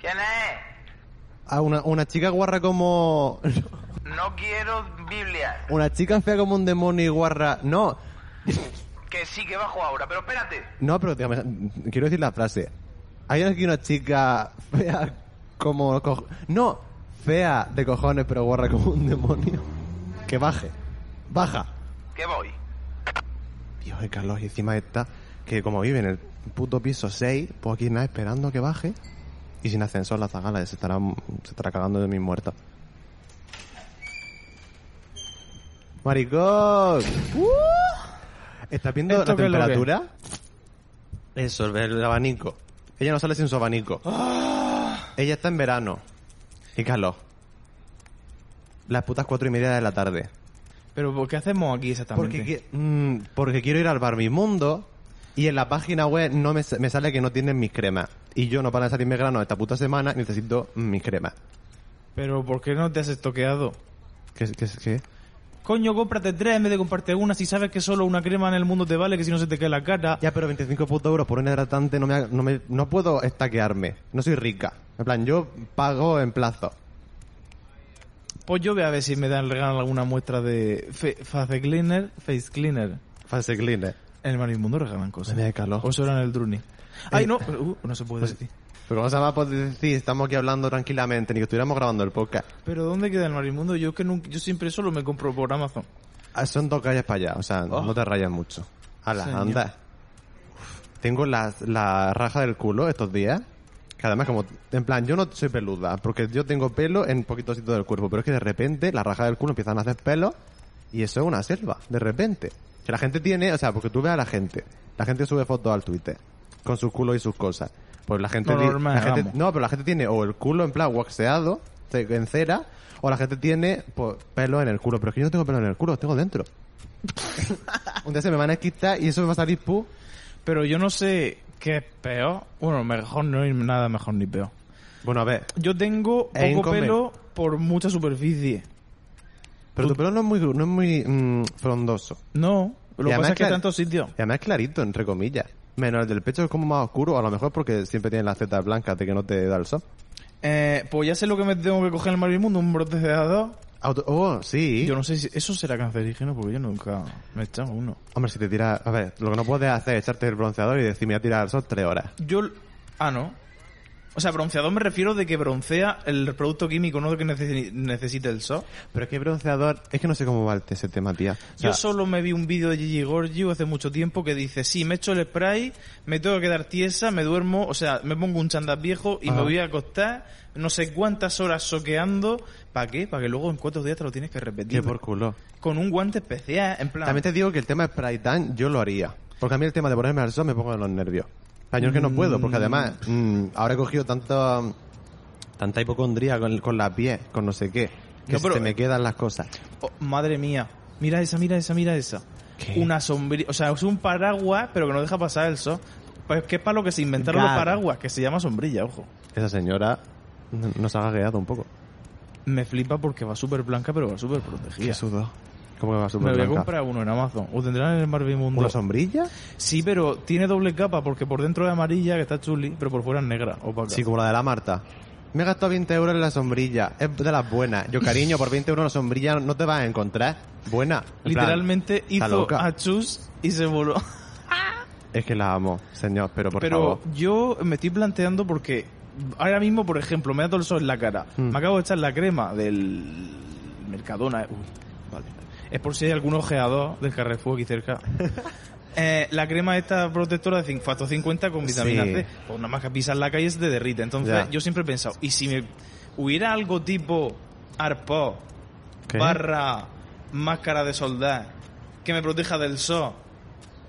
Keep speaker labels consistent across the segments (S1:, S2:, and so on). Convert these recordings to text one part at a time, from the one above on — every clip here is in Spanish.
S1: ¿Quién es?
S2: A Ah, una, una chica guarra como...
S1: No quiero Biblia.
S2: Una chica fea como un demonio y guarra... No,
S1: Que sí, que bajo ahora, pero espérate.
S2: no, pero dígame, quiero decir la frase. Hay aquí una chica fea como... co- No, fea de cojones pero guarra como un demonio. Que baje. Baja.
S1: Que voy.
S2: Dios, el Carlos, y encima está, que como vive en el puto piso 6, pues aquí nada, esperando a que baje. Y sin ascensor, la zagala se estará, se estará cagando de mis muertos. ¡Maricón! ¿Estás viendo
S3: ¡Uh! ¿Esto
S2: la
S3: qué es lo que
S2: temperatura? Eso, el, el abanico. Ella no sale sin su abanico.
S3: ¡Ah!
S2: Ella está en verano. Y Carlos, las putas cuatro y media de la tarde.
S3: Pero ¿por qué hacemos aquí exactamente?
S2: Porque, qui- mm, porque quiero ir al bar Mi Mundo y en la página web no me, sa- me sale que no tienen mis cremas. Y yo no para de salir mis granos esta puta semana y necesito mm, mis cremas.
S3: Pero ¿por qué no te has estoqueado?
S2: ¿Qué, qué, qué?
S3: Coño, cómprate tres en vez de comprarte una si sabes que solo una crema en el mundo te vale, que si no se te cae la cara.
S2: Ya, pero 25 putos euros por un hidratante no, me, ha- no, me- no puedo estaquearme. No soy rica. En plan, yo pago en plazo.
S3: Pues yo voy a ver si me dan regalan alguna muestra de fe- face cleaner, face cleaner.
S2: False cleaner.
S3: En el Marimundo regalan cosas.
S2: Madre mía, Carlos.
S3: O solo en el Druni.
S2: Eh,
S3: Ay, no, uh, no se
S2: pues
S3: puede decir.
S2: Pero ¿cómo se llama? Pues decir, estamos aquí hablando tranquilamente, ni que estuviéramos grabando el podcast.
S3: Pero ¿dónde queda el Marimundo? Yo es que nunca, yo siempre solo me compro por Amazon.
S2: Ah, Son dos calles para allá, o sea, no te rayas mucho. Ala,
S3: Señor.
S2: anda. Tengo las- la raja del culo estos días. Que además, como, en plan, yo no soy peluda, porque yo tengo pelo en poquitos sitios del cuerpo, pero es que de repente la raja del culo empiezan a hacer pelo y eso es una selva, de repente. Que la gente tiene, o sea, porque tú ves a la gente, la gente sube fotos al Twitter con sus culos y sus cosas. Pues la gente,
S3: Lo
S2: di-
S3: normal,
S2: la gente
S3: vamos.
S2: no, pero la gente tiene o el culo en plan waxeado, ce- en cera, o la gente tiene pues, pelo en el culo. Pero es que yo no tengo pelo en el culo, lo tengo dentro. Un día se me van a quitar y eso me va a salir pu.
S3: Pero yo no sé qué es peor. Bueno, mejor no hay nada mejor ni peor.
S2: Bueno, a ver.
S3: Yo tengo
S2: Es
S3: poco
S2: inconven-
S3: pelo por mucha superficie.
S2: Pero tu pelo no es muy, gru- no es muy mm, frondoso.
S3: No, lo
S2: Y
S3: que
S2: además
S3: pasa es que hay
S2: clar-
S3: tantos sitios.
S2: Y además es clarito, entre comillas. Menos el del pecho es como más oscuro, a lo mejor porque siempre tiene las tetas blancas de que no te da el sol.
S3: Eh, pues ya sé lo que me tengo que coger en el Marimundo, un brote de dado.
S2: Auto- oh, sí.
S3: Yo no sé si eso será cancerígeno porque yo nunca me he echado uno.
S2: Hombre, si te tiras... A ver, lo que no puedes hacer es echarte el bronceador y decir, me voy a tirar al sol tres horas.
S3: Yo... Ah, no. O sea, bronceador me refiero de que broncea el producto químico, no de que necesi- necesite el sol.
S2: Pero es que bronceador... Es que no sé cómo va ese tema, tía. O sea,
S3: Yo solo me vi un vídeo de Gigi Gorgiu hace mucho tiempo que dice, sí, me echo el spray, me tengo que quedar tiesa, me duermo, o sea, me pongo un chandal viejo y
S2: Ajá.
S3: me voy a acostar no sé cuántas horas soqueando. ¿Para qué? Para que luego en cuatro días te lo tienes que
S2: Que
S3: repetir.
S2: por culo.
S3: Con un guante especial, en plan...
S2: También te digo que el tema de spray tan yo lo haría. Porque a mí el tema de ponerme al sol me pongo en los nervios. Años que no puedo, porque además mm, ahora he cogido tanta tanta hipocondría con, con la piel, con no sé qué, que
S3: No, pero- eh,
S2: se me quedan las cosas.
S3: Oh, madre mía. Mira esa, mira esa, mira esa.
S2: ¿Qué?
S3: Una sombrilla. O sea, es un paraguas, pero que no deja pasar el sol. Pues que es para lo que se inventaron
S2: Claro.
S3: los paraguas, que se llama sombrilla, ojo.
S2: Esa señora n- nos ha gagueado un poco.
S3: Me flipa porque va súper blanca, pero va súper protegida.
S2: sudó. ¿Cómo que va a
S3: Me voy a
S2: superblanca?
S3: comprar uno en Amazon. O tendrán en el Marvel Mundo.
S2: ¿Una sombrilla?
S3: Sí, pero tiene doble capa porque por dentro es amarilla, que está chuli, pero por fuera es negra. Opaca.
S2: Sí, como la de la Marta. Me he gastado 20 euros en la sombrilla. Es de las buenas. Yo, cariño, por 20 euros una sombrilla no te vas a encontrar. Buena. En plan,
S3: Literalmente
S2: está
S3: hizo
S2: loca.
S3: a Chus y se voló.
S2: Es que la amo, señor, pero por
S3: Pero
S2: favor.
S3: yo me estoy planteando porque ahora mismo, por ejemplo, me da todo el sol en la cara.
S2: Mm.
S3: Me acabo de echar la crema del Mercadona. eh. Uy, vale. Es por si hay algún ojeador del Carrefour aquí cerca. Eh, la crema esta protectora de cin- Factor 50 con vitamina
S2: Sí.
S3: C. Pues nada más que pisar la calle se te derrite. Entonces
S2: Ya.
S3: yo siempre he pensado, ¿y si me hubiera algo tipo arpó,
S2: ¿Qué?
S3: barra, máscara de soldar, que me proteja del sol?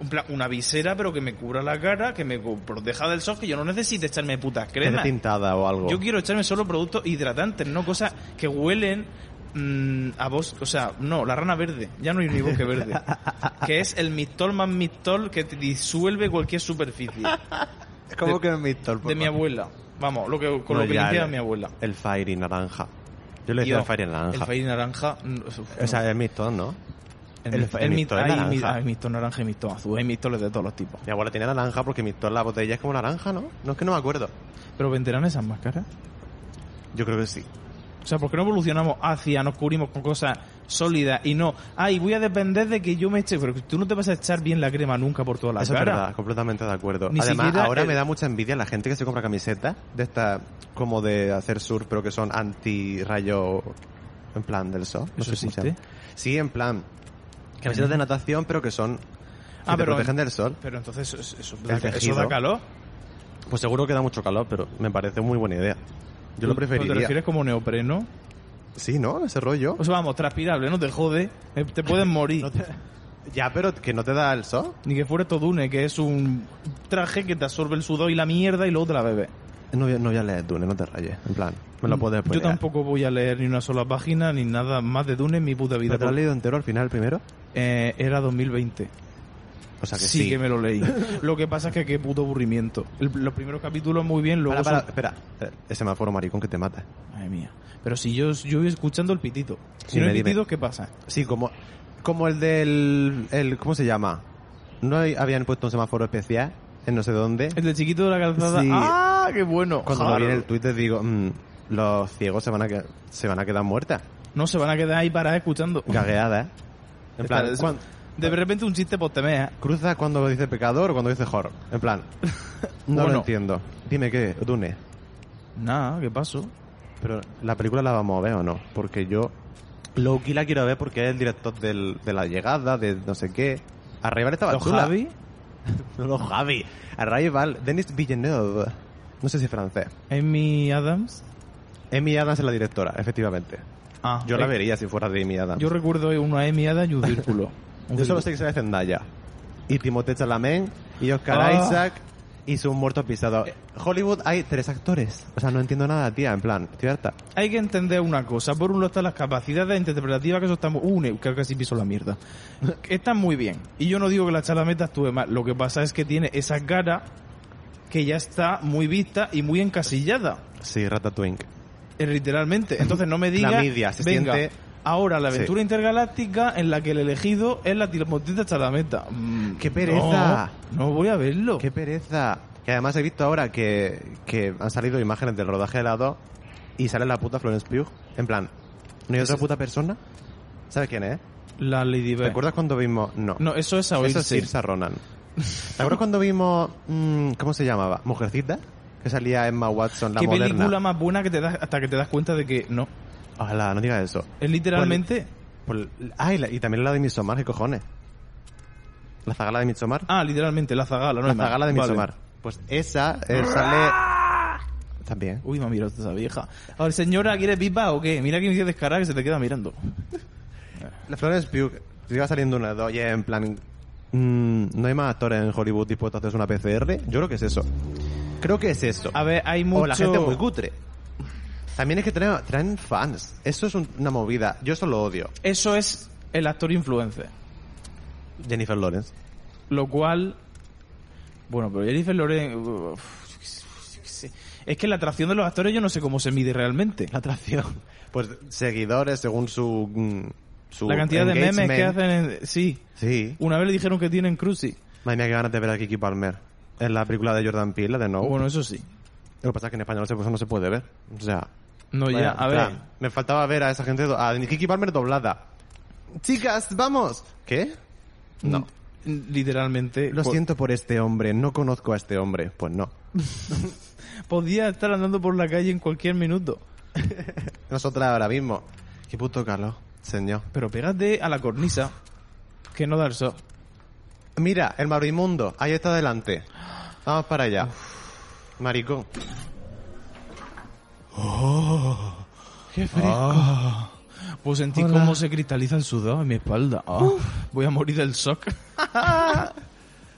S3: En plan, una visera, pero que me cubra la cara, que me co- proteja del sol, que yo no necesite echarme putas
S2: Que esté
S3: cremas.
S2: tintada o algo.
S3: Yo quiero echarme solo productos hidratantes, no cosas que huelen mm, a vos. O sea, no, la rana verde. Ya no hay ni bosque verde. que es el mistol más mistol que te disuelve cualquier superficie.
S2: ¿Cómo
S3: ¿Cómo
S2: que
S3: que
S2: es Mistol?
S3: De mi abuela. Vamos, lo que,
S2: Pues
S3: con lo que limpiaba mi abuela.
S2: El Fairy naranja. Yo le
S3: Tío,
S2: decía el Fairy naranja.
S3: El Fairy naranja. mm, eso,
S2: O
S3: no.
S2: sea, es Mistol, ¿no?
S3: El,
S2: El-
S3: mixto-
S2: el
S3: el
S2: mixto
S3: mixto-
S2: es
S3: hay mi-
S2: naranja.
S3: hay mixto naranja y mixto azul. Hay mixtoles de todos los tipos.
S2: Mi abuela tiene naranja porque mi toda la botella es como naranja, ¿no? No es que no me acuerdo.
S3: ¿Pero venderán esas máscaras?
S2: Yo creo que sí.
S3: O sea, ¿por qué no evolucionamos hacia, nos cubrimos con cosas sólidas y no, ay, voy a depender de que yo me eche, pero tú no te vas a echar bien la crema nunca por toda la
S2: Eso
S3: cara.
S2: es verdad, completamente de acuerdo.
S3: Ni
S2: Además,
S3: siquiera
S2: ahora
S3: el-
S2: me da mucha envidia la gente que se compra camisetas de estas como de hacer surf, pero que son anti rayo en plan del sol. No
S3: ¿Eso
S2: sé cómo se
S3: existe?
S2: llama. Sí, en plan camisetas de natación, pero que son que
S3: Ah,
S2: te
S3: pero-
S2: protegen del sol.
S3: Pero entonces eso, eso da,
S2: El
S3: eso
S2: tejido.
S3: da calor.
S2: Pues seguro que da mucho calor, pero me parece muy buena idea. Yo lo
S3: ¿Tú- ¿Te
S2: preferiría.
S3: refieres Pues- como neopreno?
S2: Sí, ¿no? Ese rollo.
S3: O sea, vamos, transpirable, no te jode, eh, te puedes morir.
S2: Ya, pero que no te da el sol.
S3: Ni que fuera Todune, que es un traje que te absorbe el sudor y la mierda y luego te la bebes.
S2: No, voy a- no voy a leer Dune, no te rayes. En plan, me lo puedes
S3: Mm, Yo
S2: spoilear.
S3: tampoco voy a leer ni una sola página ni nada más de Dune en mi puta vida.
S2: ¿Pero ¿Te lo has leído entero al final primero?
S3: Eh, era 2020.
S2: O sea Ah, que
S3: sí,
S2: sí.
S3: que me lo leí. Lo que pasa es que qué puto aburrimiento. El- los primeros capítulos muy bien, luego...
S2: Para, para,
S3: son-
S2: espera. Eh, El semáforo maricón que te mata.
S3: Madre mía. Pero si yo, yo voy escuchando el pitito. Si
S2: Dime,
S3: no hay
S2: dime.
S3: pititos, ¿qué pasa?
S2: Sí, como, como el del... El, ¿Cómo se llama? ¿No hay- habían puesto un semáforo especial en no sé dónde?
S3: El de chiquito de la calzada.
S2: Sí.
S3: ¡Ah, qué bueno!
S2: Cuando
S3: Claro.
S2: lo vi en el Twitter digo, mm, los ciegos se van a, que- se van a quedar muertas.
S3: No, se van a quedar ahí paradas escuchando.
S2: Gagueadas. En plan,
S3: Está-
S2: cuan-
S3: De repente un chiste pues te meas.
S2: cruza cuando dice pecador o cuando dice horror. En plan, no lo
S3: Bueno.
S2: entiendo. Dime qué, Dune.
S3: Nada, ¿qué pasó?
S2: Pero la película la vamos a ver o no, porque yo Loki la quiero ver porque es el director del- de la llegada, de no sé qué. Arrival estaba
S3: ¿Los
S2: chula.
S3: Javi?
S2: No los Javi. Arrival, Denis Villeneuve. No sé si es francés.
S3: Amy Adams.
S2: Amy Adams es la directora, efectivamente.
S3: Ah,
S2: Yo la
S3: eh,
S2: vería si fuera de Amy Adams.
S3: Yo recuerdo una Amy Adams y un círculo. Un
S2: Yo solo
S3: círculo.
S2: sé que sale Zendaya. Y Timothée Chalamet y Oscar
S3: Ah. Eh.
S2: Isaac y sus muertos pisados. Hollywood hay tres actores. O sea, no entiendo nada, tía. En plan, estoy harta.
S3: Hay que entender una cosa. Por un lado están las capacidades interpretativas que eso está muy... Uh, ne- que casi piso la mierda. Están muy bien. Y yo no digo que la chalameta estuve mal. Lo que pasa es que tiene esa cara que ya está muy vista y muy encasillada.
S2: Sí, Ratatouille.
S3: eh, Literalmente. Entonces no me digas...
S2: Clamidia, se
S3: venga,
S2: siente-
S3: Ahora, la aventura
S2: Sí.
S3: intergaláctica en la que el elegido es la tilmotita chalameta. Mm,
S2: ¡Qué pereza!
S3: No, no voy a verlo.
S2: ¡Qué pereza! Que además he visto ahora que, que han salido imágenes del rodaje de la 2 y sale la puta Florence Pugh. En plan, ¿no hay otra puta persona? ¿Sabes quién es?
S3: La Lady Bird.
S2: ¿Recuerdas cuando vimos.? No.
S3: No, eso es a
S2: Eso es Saoirse Ronan. ¿Te acuerdas cuando vimos. mm, ¿Cómo se llamaba? ¿Mujercita? Que salía Emma Watson, la
S3: Qué
S2: moderna.
S3: película más buena que te das hasta que te das cuenta de que no.
S2: Ojalá, no digas eso.
S3: Es literalmente.
S2: Por- ah, y, la- y también la de Midsommar, ¿qué cojones? ¿La zagala de Midsommar?
S3: Ah, literalmente, la zagala, no
S2: la
S3: hay más.
S2: zagala de
S3: Vale. ¡Ah!
S2: Midsommar. Pues esa eh, sale. También.
S3: Uy, me ha mirado esa vieja. A ver, señora, ¿quieres pipa o qué? Mira que me descarada que se te queda mirando.
S2: La Florence Pugh te iba saliendo una dos y en plan mm, no hay más actores en Hollywood dispuestos a hacerse una PCR yo creo que es eso creo que es eso
S3: A ver, hay mucho.
S2: o la gente es muy cutre también es que traen, traen fans eso es un- una movida yo eso lo odio
S3: Eso es el actor influencer.
S2: Jennifer Lawrence
S3: Lo cual. Bueno, pero Jennifer Loren. Es que la atracción de los actores yo no sé cómo se mide realmente.
S2: la atracción pues seguidores según su mm, su
S3: La cantidad de memes
S2: engagement.
S3: que hacen. en- Sí.
S2: sí
S3: Una vez le dijeron que tienen Cruci.
S2: madre mía que ganas de ver a Kiki Palmer en la película de Jordan Peele la de No
S3: Bueno, eso sí.
S2: lo que pasa es que en español eso no se puede ver o sea
S3: No,
S2: Vaya,
S3: ya, a
S2: en
S3: ver.
S2: plan, me faltaba ver a esa gente, do- a Kiki Palmer doblada. Chicas, vamos. ¿Qué? No.
S3: N- Literalmente. pues,
S2: Lo
S3: po-
S2: siento por este hombre, no conozco a este hombre. Pues no.
S3: Podía estar andando por la calle en cualquier minuto.
S2: Nosotras ahora mismo. Qué puto calor, señor.
S3: Pero pégate a la cornisa. Que no da el sol.
S2: Mira, el marimundo, ahí está delante. Vamos para allá. Maricón.
S3: Oh. Qué fresco.
S2: Oh, Ah.
S3: Pues sentí cómo se cristaliza el sudor en mi espalda. Ah, voy a morir del shock.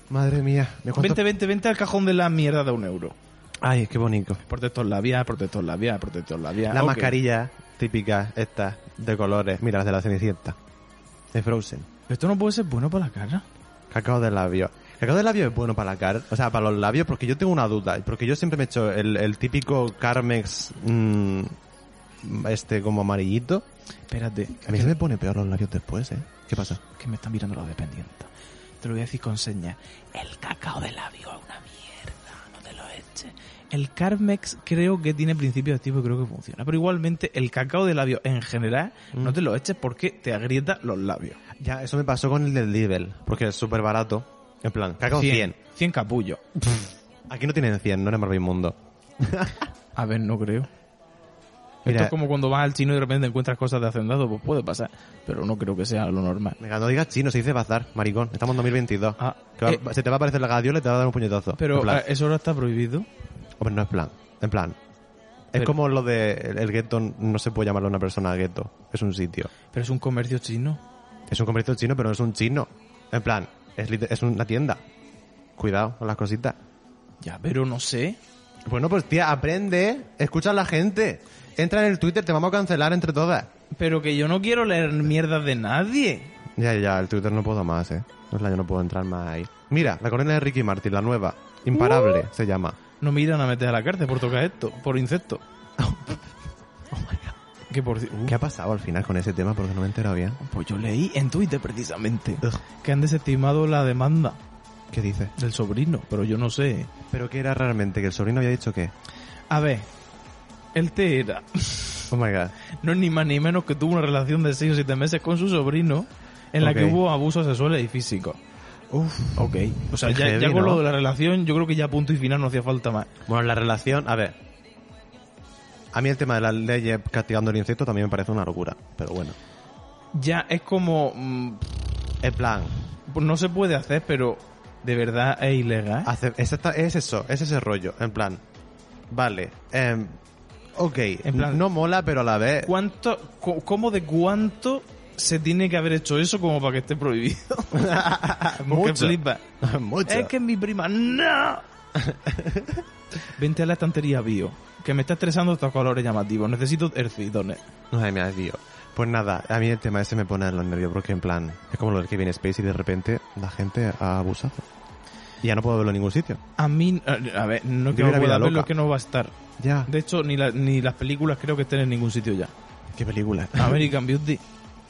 S2: Madre mía. ¿De cuánto-
S3: Vente, vente, vente al cajón de la mierda de un euro.
S2: Ay, qué bonito.
S3: Protector labial, protector labial, protector labial.
S2: La
S3: Ok.
S2: mascarilla típica, esta, de colores. Mira, las de la Cenicienta. De Frozen.
S3: Esto no puede ser bueno para la cara.
S2: Cacao de labio. Cacao de labio es bueno para la cara, o sea, para los labios, porque yo tengo una duda, porque yo siempre me echo el, el típico Carmex mm, este como amarillito.
S3: Espérate,
S2: A mí se me pone peor los labios después, ¿eh? ¿Qué pasa?
S3: que me están mirando los dependientes. Te lo voy a decir con señas. El cacao de labio es una mierda, no te lo eches. El Carmex creo que tiene principios activos y creo que funciona. Pero igualmente, el cacao de labio en general, no te lo eches porque te agrieta los labios.
S2: Ya, eso me pasó con el del Lidl, porque es súper barato. En plan, cacao 100.
S3: 100 capullos.
S2: Aquí no tienen 100, no en el Marvin Mundo.
S3: A ver, no creo. Esto
S2: Mira-
S3: es como cuando vas al chino y de repente encuentras cosas de hacendado, pues puede pasar. Pero no creo que sea lo normal.
S2: Venga, no digas chino, se dice bazar, maricón. Estamos en 2022.
S3: Ah,
S2: Que va-
S3: eh.
S2: se te va a aparecer la gadiola y te va a dar un puñetazo. En
S3: Pero
S2: plan,
S3: eh, eso ahora está prohibido.
S2: Hombre, no es plan. En plan. Es
S3: Pero-
S2: como lo de el, el gueto, no se puede llamarlo una persona gueto. Es un sitio.
S3: Pero es un comercio chino.
S2: Es un comercio chino, pero no es un chino. En plan, es, lite- es una tienda. Cuidado con las cositas.
S3: Ya, pero no sé.
S2: Bueno, pues tía, aprende, escucha a la gente. Entra en el Twitter, te vamos a cancelar entre todas.
S3: Pero que yo no quiero leer mierdas de nadie.
S2: Ya, ya, el Twitter no puedo más, eh. No es la- yo no puedo entrar más ahí. Mira, la corona de Ricky Martin, la nueva. Imparable,
S3: Uh.
S2: se llama.
S3: No me irán a meter a la cárcel por tocar esto, por insecto. Que por ci- uh.
S2: ¿Qué ha pasado al final con ese tema? Porque no me he enterado bien.
S3: Pues yo leí en Twitter precisamente que han desestimado la demanda
S2: ¿Qué dices?
S3: del sobrino, pero yo no sé.
S2: ¿Pero qué era realmente? ¿Que el sobrino había dicho qué?
S3: A ver, él te era,
S2: Oh my god.
S3: no es ni más ni menos que tuvo una relación de 6 o 7 meses con su sobrino en la
S2: Ok.
S3: que hubo abusos sexuales y físicos.
S2: Uf.
S3: Ok. O sea,
S2: Qué
S3: ya, ya
S2: heavy,
S3: con
S2: ¿no?
S3: lo de la relación, yo creo que ya punto y final no hacía falta más.
S2: Bueno, la relación, a ver. A mí el tema de las leyes castigando el insecto también me parece una locura, pero bueno.
S3: Ya es como... mm,
S2: En plan,
S3: Pues no se puede hacer, pero de verdad es ilegal.
S2: hace- es, esta- es eso, es ese rollo. En plan, vale, em, ok,
S3: En plan-
S2: no mola, pero a la vez.
S3: ¿Cuánto, co- ¿Cómo de cuánto se tiene que haber hecho eso como para que esté prohibido? Porque
S2: Mucho.
S3: flipa.
S2: Mucho.
S3: Es que mi prima, ¡no! Vente a la estantería bio, que me está estresando estos colores llamativos. Necesito ercidones.
S2: Ay, mira, tío. Pues nada, a mí el tema ese me pone en los nervios porque en plan, es como lo del Kevin Spacey de repente la gente ha abusado. Y ya no puedo verlo en ningún sitio.
S3: A mí, a a ver, no es que
S2: Vive
S3: no
S2: la vida
S3: pueda ver lo
S2: loca.
S3: que no va a estar.
S2: Ya.
S3: De hecho, ni, la- ni las películas creo que estén en ningún sitio ya.
S2: ¿Qué película?
S3: American Beauty.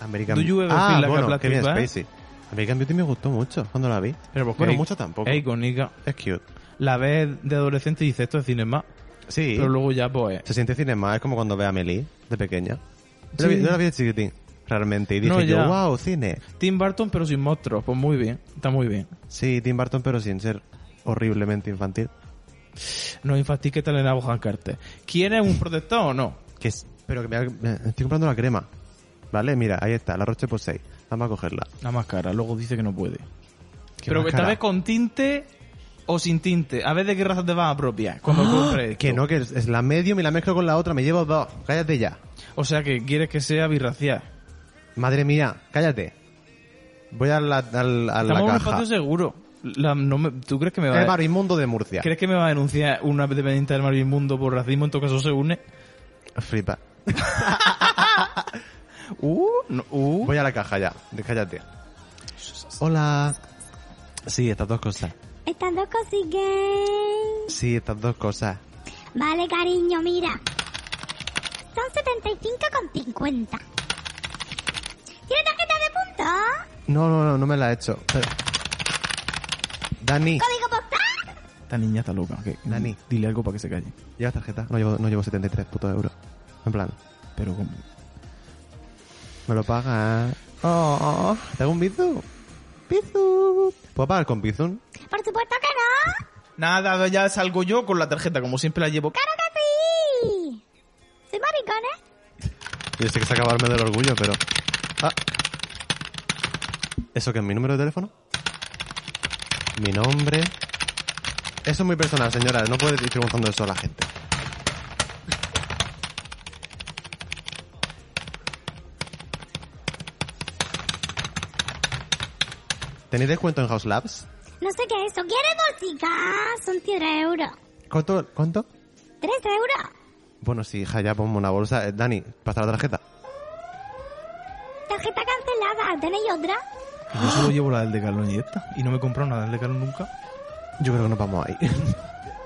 S2: American
S3: Do you ever
S2: Ah,
S3: feel like a
S2: bueno,
S3: black
S2: Kevin
S3: people?
S2: Spacey. American Beauty me gustó mucho cuando la vi.
S3: Pero porque
S2: bueno,
S3: es-
S2: mucho tampoco.
S3: Es icónica.
S2: Es cute.
S3: La ves de adolescente y dices, esto es cinema.
S2: Sí.
S3: Pero luego ya, pues.
S2: Se siente cinema, es como cuando ve a Amelie de pequeña. Yo, la
S3: Sí.
S2: vi, yo la vi de chiquitín, realmente. Y dije
S3: No, ya.
S2: yo, wow, cine.
S3: Tim Burton, pero sin monstruos. Pues muy bien, está muy bien.
S2: Sí, Tim Burton, pero sin ser horriblemente infantil.
S3: No infantil que tal en la Bohan Carter. ¿Quieres un protector o no?
S2: Que es, pero que me, ha- me- estoy comprando la crema. Vale, mira, ahí está, la Roche Posay. Vamos a cogerla.
S3: La máscara, luego dice que no puede.
S2: Qué
S3: Pero que esta
S2: máscara.
S3: vez con tinte o sin tinte. A ver de qué raza te vas a apropiar cuando compres. esto.
S2: ¡Ah! Que no, que es, es la medium y la mezclo con la otra, me llevo dos. Cállate ya.
S3: O sea que quieres que sea birracial.
S2: Madre mía, cállate. Voy a la, al- a la
S3: Estamos en un
S2: caja.
S3: espacio seguro. La- no me- ¿Tú crees que me va
S2: El
S3: a...
S2: Marimundo de Murcia.
S3: ¿eh? ¿Crees que me va a denunciar una dependiente del Marvin Mundo por racismo? En todo caso se une.
S2: Flipa.
S3: Uh, no, uh.
S2: Voy a la caja ya, de- cállate. Hola. Sí, estas dos cosas.
S4: Estas dos cosiguen.
S2: Sí, estas dos cosas.
S4: Vale, cariño, mira. Son 75 con 50. ¿Tiene tarjeta de punto?
S2: No, no, no, no me la he hecho. Pero- Dani,
S4: ¿Código postal?
S3: Esta niña está loca. que-
S2: Dani.
S3: Dile algo para que se calle.
S2: ¿llevas tarjeta? No llevo, no llevo 73 putos euros. En plan,
S3: Pero como...
S2: me lo pagas. Oh, ¿Te hago un bizu? Bizu. ¿Puedo pagar con bizun?
S4: Por supuesto que no.
S3: Nada, ya salgo yo con la tarjeta, como siempre la llevo.
S4: ¡Claro que sí! ¿Soy maricón, eh?
S2: Yo sé que es acabarme del orgullo, pero... Ah. ¿Eso qué es mi número de teléfono? Mi nombre... Eso es muy personal, señora. No puede ir preguntando eso a la gente. ¿Tenéis descuento en House Labs?
S4: No sé qué es eso. ¿Quieres música? Son 3 euros.
S2: ¿Cuánto? ¿Cuánto?
S4: 3 euros.
S2: Bueno, sí, hija, ya ponme una bolsa. Eh, Dani, pasa la tarjeta.
S4: Tarjeta cancelada. ¿Tenéis otra?
S3: Yo solo llevo la del Decathlon y esta. Y no me he comprado nada del Decathlon nunca.
S2: Yo creo que nos vamos ahí.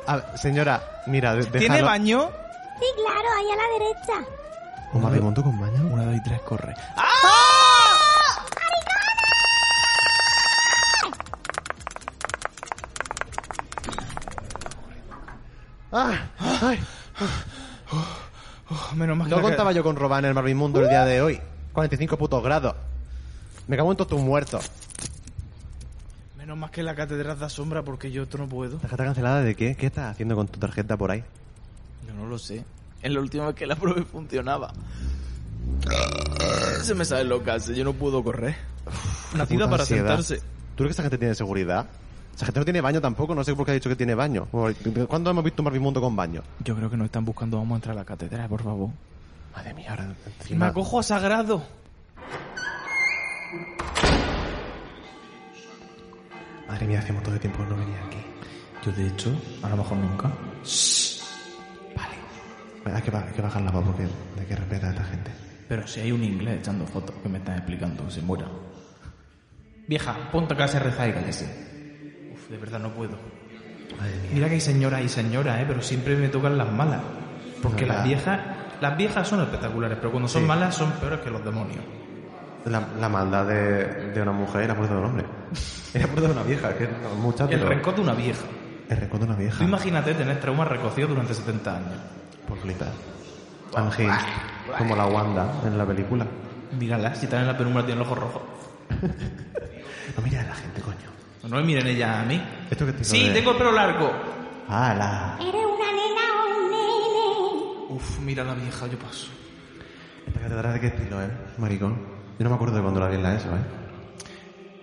S2: A ver, señora, mira, de-
S3: ¿Tiene
S2: déjalo-
S3: baño?
S4: Sí, claro, ahí a la derecha.
S2: ¿Cómo me monto con maña?
S3: Una, dos y tres, corre. ¡Ah!
S2: ¡Ah! Ah. ¡Ay!
S3: Oh, menos mal que
S2: No
S3: la ca-
S2: contaba yo con Robán en el Marvin Mundo el día de hoy. 45 putos grados. Me cago en todos tus muertos.
S3: Menos mal que la catedral da sombra porque yo esto no puedo.
S2: ¿Tarjeta cancelada de qué? ¿Qué estás haciendo con tu tarjeta por ahí?
S3: Yo no lo sé. En la última vez que la probé funcionaba. Se me sale loca, yo no puedo correr.
S2: Qué
S3: Nacida
S2: puta
S3: para
S2: ansiedad.
S3: sentarse.
S2: ¿Tú crees que esa gente tiene seguridad? Esa gente no tiene baño tampoco, no sé por qué ha dicho que tiene baño. ¿Cuándo hemos visto un Marvin Mundo con baño?
S3: Yo creo que nos están buscando, vamos a entrar a la catedral, por favor.
S2: Madre mía, ahora
S3: me
S2: encima...
S3: acojo a sagrado.
S2: Madre mía, hace un montón de tiempo que no venía aquí.
S3: Yo de hecho, a lo mejor nunca.
S2: Hay que, ba- hay que bajar la voz porque hay que respetar a esta gente.
S3: Pero si hay un inglés echando fotos que me están explicando, que se muera. Vieja, ponte acá se reza y cállese. Uf, de verdad no puedo. Mira que hay señoras y señoras, ¿eh? pero siempre me tocan las malas. Porque
S2: Verdad.
S3: las viejas, las viejas son espectaculares, pero cuando son
S2: Sí.
S3: malas son peores que los demonios.
S2: La, la maldad de, de una mujer y la fuerza de un hombre. Es la fuerza de una vieja, que no mucha,
S3: El
S2: pero...
S3: rencor de una vieja.
S2: El rencor de una
S3: Tú
S2: vieja.
S3: imagínate tener traumas recocidos durante 70 años.
S2: Por flipar. Ángel, como la Wanda en la película.
S3: Mírala, si están en la penumbra tienen los ojos rojos.
S2: No mira a la gente, coño.
S3: No me miren ella a mí.
S2: Esto que te
S3: Sí,
S2: de-
S3: tengo el pelo largo.
S2: ¡Hala!
S4: ¿Eres una nena o un nene?
S3: Uf, mira la vieja, yo paso.
S2: Esta catedral de qué estilo, eh, maricón. Yo no me acuerdo de cuando la vi en la ESO, eh.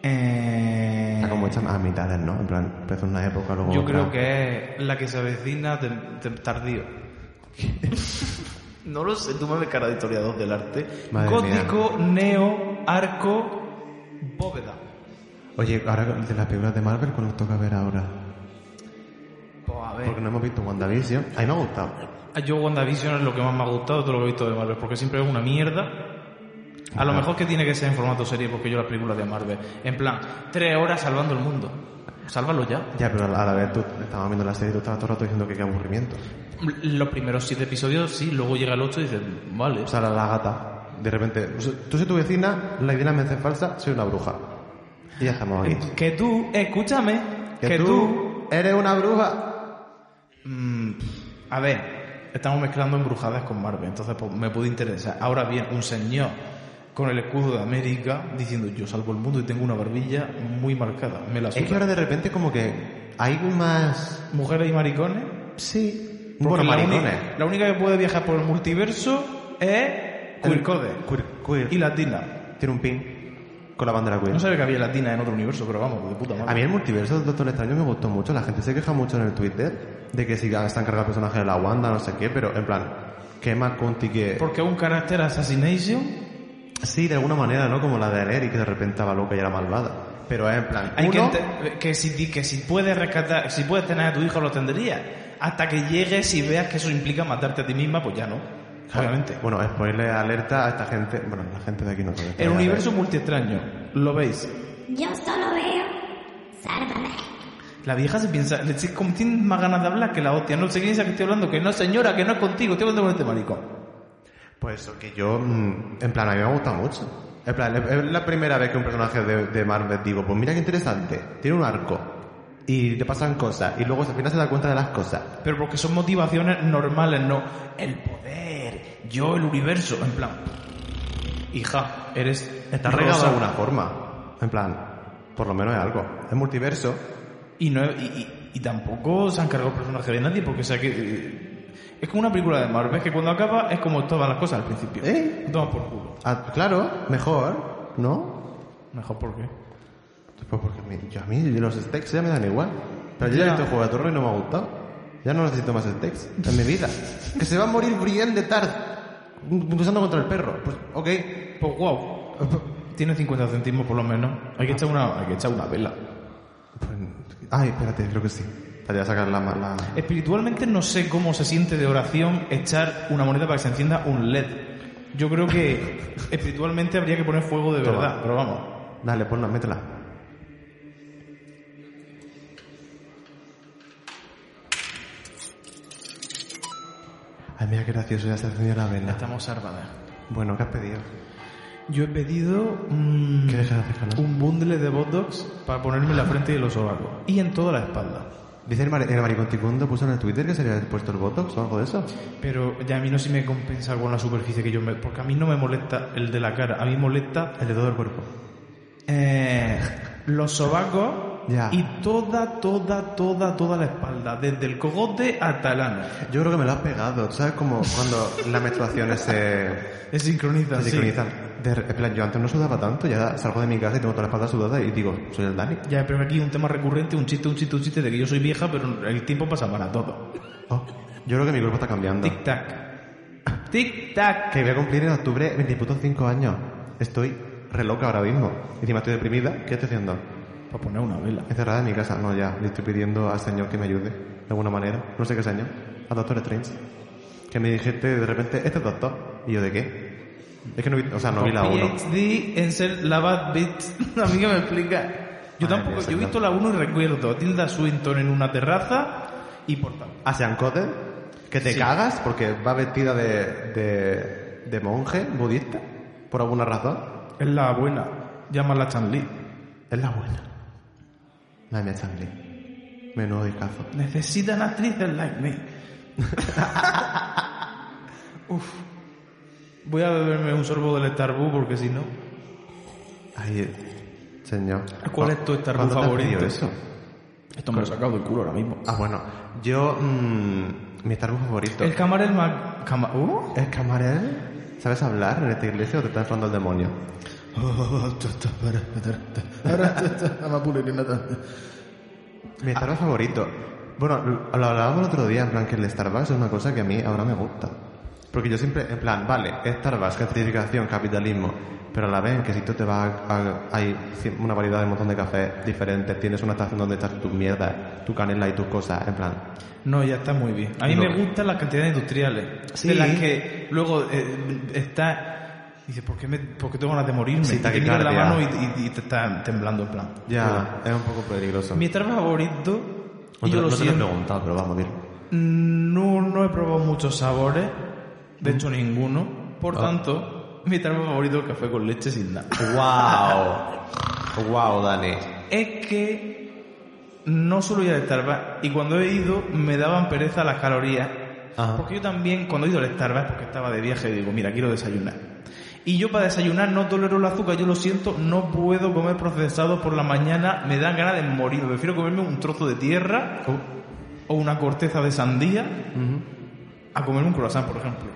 S3: Eh...
S2: Está como hecha a mitades, ¿no? En plan, empezó una época, luego
S3: Yo
S2: otra.
S3: creo que es la que se avecina de, de tardío. no lo sé, tú me ves cara de historiador del arte.
S2: Madre
S3: Gótico, neo, arco, bóveda.
S2: Oye, ahora de las películas de Marvel, ¿cuál nos toca ver ahora?
S3: Pues a ver.
S2: Porque no hemos visto WandaVision. A mí me ha gustado.
S3: Yo WandaVision es lo que más me ha gustado de todo lo que he visto de Marvel, porque siempre es una mierda. A lo mejor que tiene que ser en formato serie, porque yo las películas de Marvel. En plan, tres horas salvando el mundo. Sálvalo ya.
S2: Ya, pero a la a la vez tú estabas viendo la serie y tú estabas todo el rato diciendo que qué aburrimiento.
S3: Los primeros siete episodios, sí, luego llega el ocho y dices, vale.
S2: O sea, la, la gata, de repente, o sea, tú soy tu vecina, la idea me hace falsa, soy una bruja. Y ya estamos aquí.
S3: Que tú, escúchame, que, tú...
S2: eres una bruja.
S3: Mm, a ver, estamos mezclando embrujadas con Marvel, entonces pues, me puede interesar. Ahora bien, un señor con el escudo de América diciendo yo salvo el mundo y tengo una barbilla muy marcada, me la
S2: Es que
S3: suda.
S2: ahora de repente como que hay más...
S3: Mujeres y maricones.
S2: Sí.
S3: porque
S2: Bueno,
S3: la,
S2: maricones.
S3: única, la única que puede viajar por el multiverso es Queer Code
S2: Queer, queer.
S3: y Latina.
S2: Tiene un pin con la bandera queer.
S3: No sabía que había Latina en otro universo, pero vamos, de puta madre.
S2: A mí el multiverso del Doctor Extraño me gustó mucho. La gente se queja mucho en el Twitter de que si están cargados personajes de la Wanda, no sé qué, pero en plan, que más Conti que...
S3: Porque un carácter assassination
S2: Sí, de alguna manera, ¿no? Como la de Eric, que de repente estaba loca y era malvada. Pero es en plan,
S3: Hay que,
S2: uno,
S3: ente- que, si, que si puedes rescatar, si puedes tener a tu hijo lo tendrías. Hasta que llegues y veas que eso implica matarte a ti misma, pues ya no. Obviamente.
S2: Bueno, spoiler alerta a esta gente. Bueno, la gente de aquí no puede.
S3: El
S2: spoiler
S3: universo multiextraño, lo veis.
S4: Yo solo veo. Sálvame.
S3: La vieja se piensa, le dice, como tienes más ganas de hablar que la hostia, no sé quién es la que estoy hablando, que no señora, que no es contigo, estoy hablando con este maricón.
S2: alerta. Pues eso, que yo. mm, En plan, a mí me gusta mucho. En plan, es es la primera vez que un personaje de, de Marvel digo, pues mira qué interesante. Tiene un arco. Y te pasan cosas. Y luego al final se da cuenta de las cosas.
S3: Pero porque son motivaciones normales, no. El poder, yo, el universo, en plan. Hija, eres.
S2: Está
S3: rosa.
S2: regado de alguna forma. En plan, por lo menos es algo. Es multiverso.
S3: Y, no, y, y- y tampoco se han cargado el personaje de nadie, porque o sea que. eh, Es como una película de Marvel, que cuando acaba es como todas las cosas al principio.
S2: ¿Eh?
S3: Toma por culo.
S2: Ah, claro, mejor, ¿no?
S3: Mejor porque.
S2: Pues porque a mí, yo, a mí los steaks ya me dan igual. Pero yo ya he
S3: Ya.
S2: visto Juego de Torre y no me ha gustado. Ya no necesito más steaks en mi vida. que se va a morir Brienne de Tart cruzando contra el perro. Pues, ok.
S3: Pues wow. Tiene 50 centimos por lo menos. Hay que echar una, hay que echar una vela.
S2: Pues, ay, espérate, creo que sí. Estaría a sacar la... la...
S3: Espiritualmente no sé cómo se siente de oración echar una moneda para que se encienda un LED. Yo creo que espiritualmente habría que poner fuego de
S2: Toma.
S3: verdad, pero vamos.
S2: Dale, ponla, métela. Ay, mira qué gracioso, ya se ha encendido la vela.
S3: Estamos salvadas.
S2: Bueno, ¿qué has pedido?
S3: Yo he pedido mm,
S2: ¿Qué dejas de hacer, Fernando?
S3: un bundle de botox para ponerme en la frente y en los sobacos. Y en toda la espalda.
S2: Dice el, mari- el mariconticundo, puso en el Twitter que se le había puesto el botox o algo de eso.
S3: Pero ya a mí no se me compensa con la superficie que yo me... Porque a mí no me molesta el de la cara, a mí molesta
S2: El de todo el cuerpo.
S3: eh, los sobacos
S2: Ya.
S3: y toda, toda, toda, toda la espalda. Desde el cogote hasta el ano.
S2: Yo creo que me lo has pegado, ¿sabes? Como cuando las menstruaciones se,
S3: Es sincronizan.
S2: se
S3: sí.
S2: sincronizan. eh, De re- en plan, yo antes no sudaba tanto, ya salgo de mi casa y tengo toda la espalda sudada y digo, soy el Dani.
S3: Ya, pero aquí un tema recurrente, un chiste, un chiste, un chiste de que yo soy vieja, pero el tiempo pasa para todo.
S2: Oh, yo creo que mi cuerpo está cambiando.
S3: Tic tac. Tic tac.
S2: Que voy a cumplir en octubre 20.5 años. Estoy re loca ahora mismo. Encima estoy deprimida. ¿Qué estoy haciendo?
S3: Para poner una vela.
S2: Encerrada en mi casa. No, ya. Le estoy pidiendo al señor que me ayude. De alguna manera. No sé qué señor. Al doctor Strange. Que me dijiste de repente, este es doctor. ¿Y yo de qué? Es que no vi, o sea, no vi la 1.
S3: PhD en ser la bad bitch. A mí que me explica. Yo
S2: Madre
S3: tampoco,
S2: mía,
S3: yo he visto la 1 y recuerdo. Tilda Swinton en una terraza y por tal.
S2: A Sean Cotter. Ah, Que te
S3: Sí.
S2: cagas porque va vestida de, de, de monje budista. Por alguna razón.
S3: Es la buena. Llámala Chan Lee.
S2: Es la buena. La mía Chang Li. Menudo discazo.
S3: Necesitan actrices like me. Uf. Voy a beberme un sorbo del Starbucks porque si no.
S2: Ay, señor.
S3: ¿Cuál es tu Starbucks
S2: ¿Cuándo te has
S3: favorito?
S2: pedido eso?
S3: Esto me lo he sacado del culo ahora mismo.
S2: Ah, bueno. Yo, mm, mi Starbucks favorito.
S3: El camarero más. Cama... ¿Uh?
S2: ¿El camarero? ¿Sabes hablar en esta iglesia o te está entrando el demonio? Mi Starbucks favorito. Bueno, lo lo hablábamos el otro día, en plan, que el Starbucks es una cosa que a mí ahora me gusta. Porque yo siempre, en plan, vale, Starbucks, certificación, capitalismo, pero a la vez en que si tú te vas a, a- hay cien- una variedad de un montón de cafés diferentes, tienes una estación donde estás tus mierdas, tu canela y tus cosas, en plan,
S3: No, ya está muy bien. A mí
S2: No.
S3: me gustan las cantidades industriales.
S2: Sí.
S3: De las que luego eh, está... Dice, ¿por qué, me, por qué tengo ganas de morirme?
S2: Sí,
S3: Y te miras la
S2: taquicardia.
S3: mano y, y- y te está temblando en plan.
S2: ya, es un poco peligroso.
S3: Mi Starbucks favorito...
S2: No
S3: y
S2: te, lo- no te
S3: yo lo
S2: lo he
S3: siento,
S2: preguntado, pero vamos, dilo.
S3: no, no he probado muchos sabores. De hecho, ninguno. Por
S2: Mm. Ah.
S3: tanto, mi Starbucks favorito es el café con leche sin nada.
S2: ¡Wow! ¡Wow, Dani!
S3: es que no suelo ir al Starbucks y cuando he ido me daban pereza las calorías.
S2: Ajá.
S3: Porque yo también, cuando he ido al Starbucks, porque estaba de viaje, digo, mira, quiero desayunar. Y yo para desayunar no tolero el azúcar, yo lo siento, no puedo comer procesados por la mañana, me dan ganas de morir. Prefiero comerme un trozo de tierra o una corteza de sandía a comer un croissant, por ejemplo.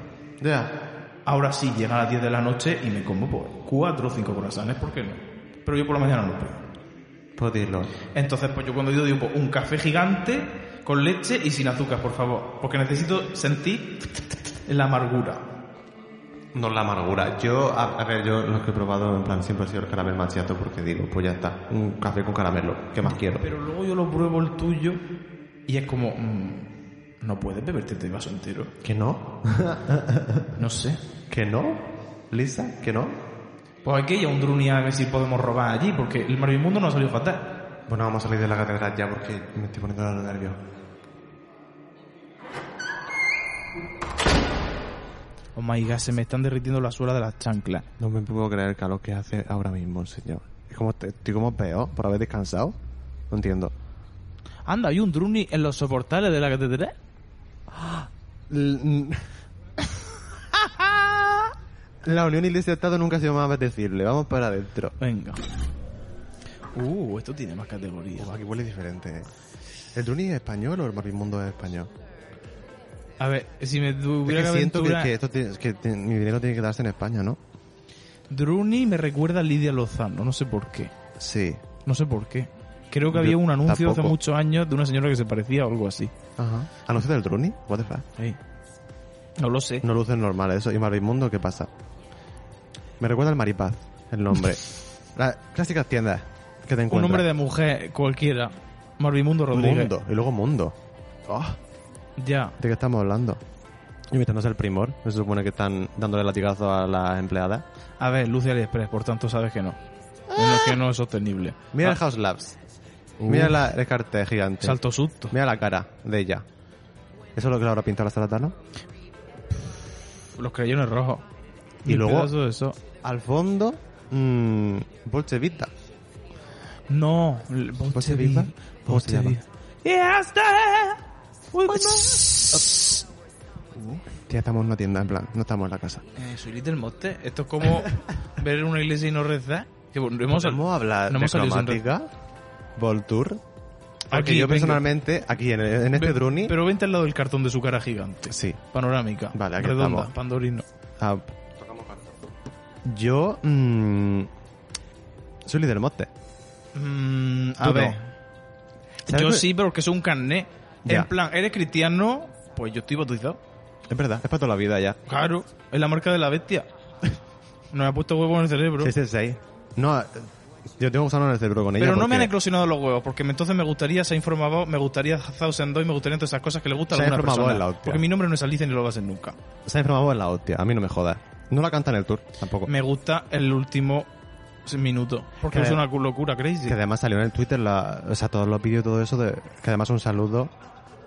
S2: Ya.
S3: Ahora sí, llega a las 10 de la noche y me como pues, 4 o 5 croissants, ¿por qué no? Pero yo por la mañana no puedo.
S2: Puedo decirlo.
S3: Entonces, pues yo cuando digo, digo, pues, un café gigante con leche y sin azúcar, por favor. Porque necesito sentir la amargura.
S2: No la amargura. Yo, a, a ver, yo lo que he probado en plan siempre ha sido el caramel machiato porque digo, pues ya está, un café con caramelo, ¿qué más quiero?
S3: Pero luego yo lo pruebo el tuyo y es como, mm, no puedes beberte este vaso entero.
S2: ¿Que no?
S3: No sé.
S2: ¿Que no? ¿Lisa? ¿Que no?
S3: Pues aquí ya un druni a ver si podemos robar allí, porque el marimundo no ha salido fatal.
S2: Bueno, vamos a salir de la catedral ya porque me estoy poniendo los nervios.
S3: Oh my god, se me están derritiendo la suela de las chanclas.
S2: No me puedo creer el calor que hace ahora mismo, señor. Es como, estoy como peor por haber descansado. No entiendo.
S3: Anda, hay un druni en los soportales de la catedral.
S2: La unión iglesia-estado nunca ha sido más apetecible. Vamos para adentro.
S3: Venga. Uh, esto tiene más categoría.
S2: Uf, aquí huele diferente. eh. ¿El Druni es español o el Marimundo es español?
S3: A ver, si me
S2: Es
S3: tuviera
S2: que siento que,
S3: aventurar-
S2: que esto tiene- que tiene- mi dinero tiene que darse en España, ¿no?
S3: Druni me recuerda a Lidia Lozano, no sé por qué.
S2: Sí.
S3: No sé por qué. Creo que
S2: Yo
S3: había un anuncio
S2: tampoco.
S3: hace muchos años de una señora que se parecía o algo así.
S2: Ajá. ¿A no ser del Druni? What the fuck?
S3: Ey. No lo sé.
S2: No luces normal eso. ¿Y Marimundo qué pasa? Me recuerda al Maripaz, el nombre. Las clásicas tiendas que te encuentras.
S3: un hombre de mujer cualquiera. Marvimundo Rodríguez.
S2: Mundo. Y luego Mundo. Oh,
S3: Ya.
S2: ¿De qué estamos hablando? Y mientras no sea el primor, se supone que están dándole latigazo a las empleadas.
S3: A ver, Luz de AliExpress, por tanto sabes que no. No, es que no es sostenible.
S2: Mira
S3: Ah,
S2: el House Labs. Mira la, el cartel gigante.
S3: Salto susto.
S2: Mira la cara de ella. ¿Eso es lo que le habrá pintado la Zaratano?
S3: Los creyones rojos.
S2: Y luego,
S3: pedazo de eso.
S2: al fondo, mmm, Bolchevita.
S3: No,
S2: Viva? ¿Cómo se llama?
S3: Y hasta. Uy,
S2: Ya estamos en una tienda, en plan, no estamos en la casa.
S3: Eh, soy Little Monster. Esto es como ver una iglesia y no rezar. Que bueno, hemos
S2: ¿Podemos hablar
S3: no
S2: de
S3: hemos salido sin
S2: cromática? Voltur. Porque
S3: Aquí,
S2: yo
S3: venga.
S2: personalmente, aquí en, en este
S3: Ve-
S2: Druni,
S3: Pero vente al lado del cartón de su cara gigante.
S2: sí.
S3: Panorámica.
S2: Vale, aquí
S3: redonda,
S2: estamos.
S3: Pandorino.
S2: Ah, yo mm, soy líder mote.
S3: Mm, a
S2: Tú
S3: ver.
S2: ¿Sabes
S3: Yo
S2: qué?
S3: sí, pero que soy un carné.
S2: Ya.
S3: En plan, ¿eres cristiano? Pues yo estoy bautizado.
S2: Es verdad, es para toda la vida ya.
S3: Claro, es la marca de la bestia. Nos ha puesto huevo en el cerebro.
S2: Sí, sí, sí. No, eh, yo tengo gusano en el cerebro con ella.
S3: Pero no me han
S2: porque
S3: eclosionado los huevos, porque me- entonces me gustaría se ha informado, me gustaría Thousand Door y me gustaría todas esas cosas que le gustan
S2: Se
S3: a
S2: ha
S3: alguna
S2: informado
S3: persona.
S2: en la hostia.
S3: porque mi nombre no es Alicia ni lo va a ser nunca.
S2: Se ha informado en la hostia, a mí no me jodas. No la canta en el tour, tampoco.
S3: Me gusta el último minuto, porque
S2: Pues Que-
S3: es una locura crazy.
S2: Que además salió en el Twitter, la, o sea, todos los vídeos y todo eso. De, que además un saludo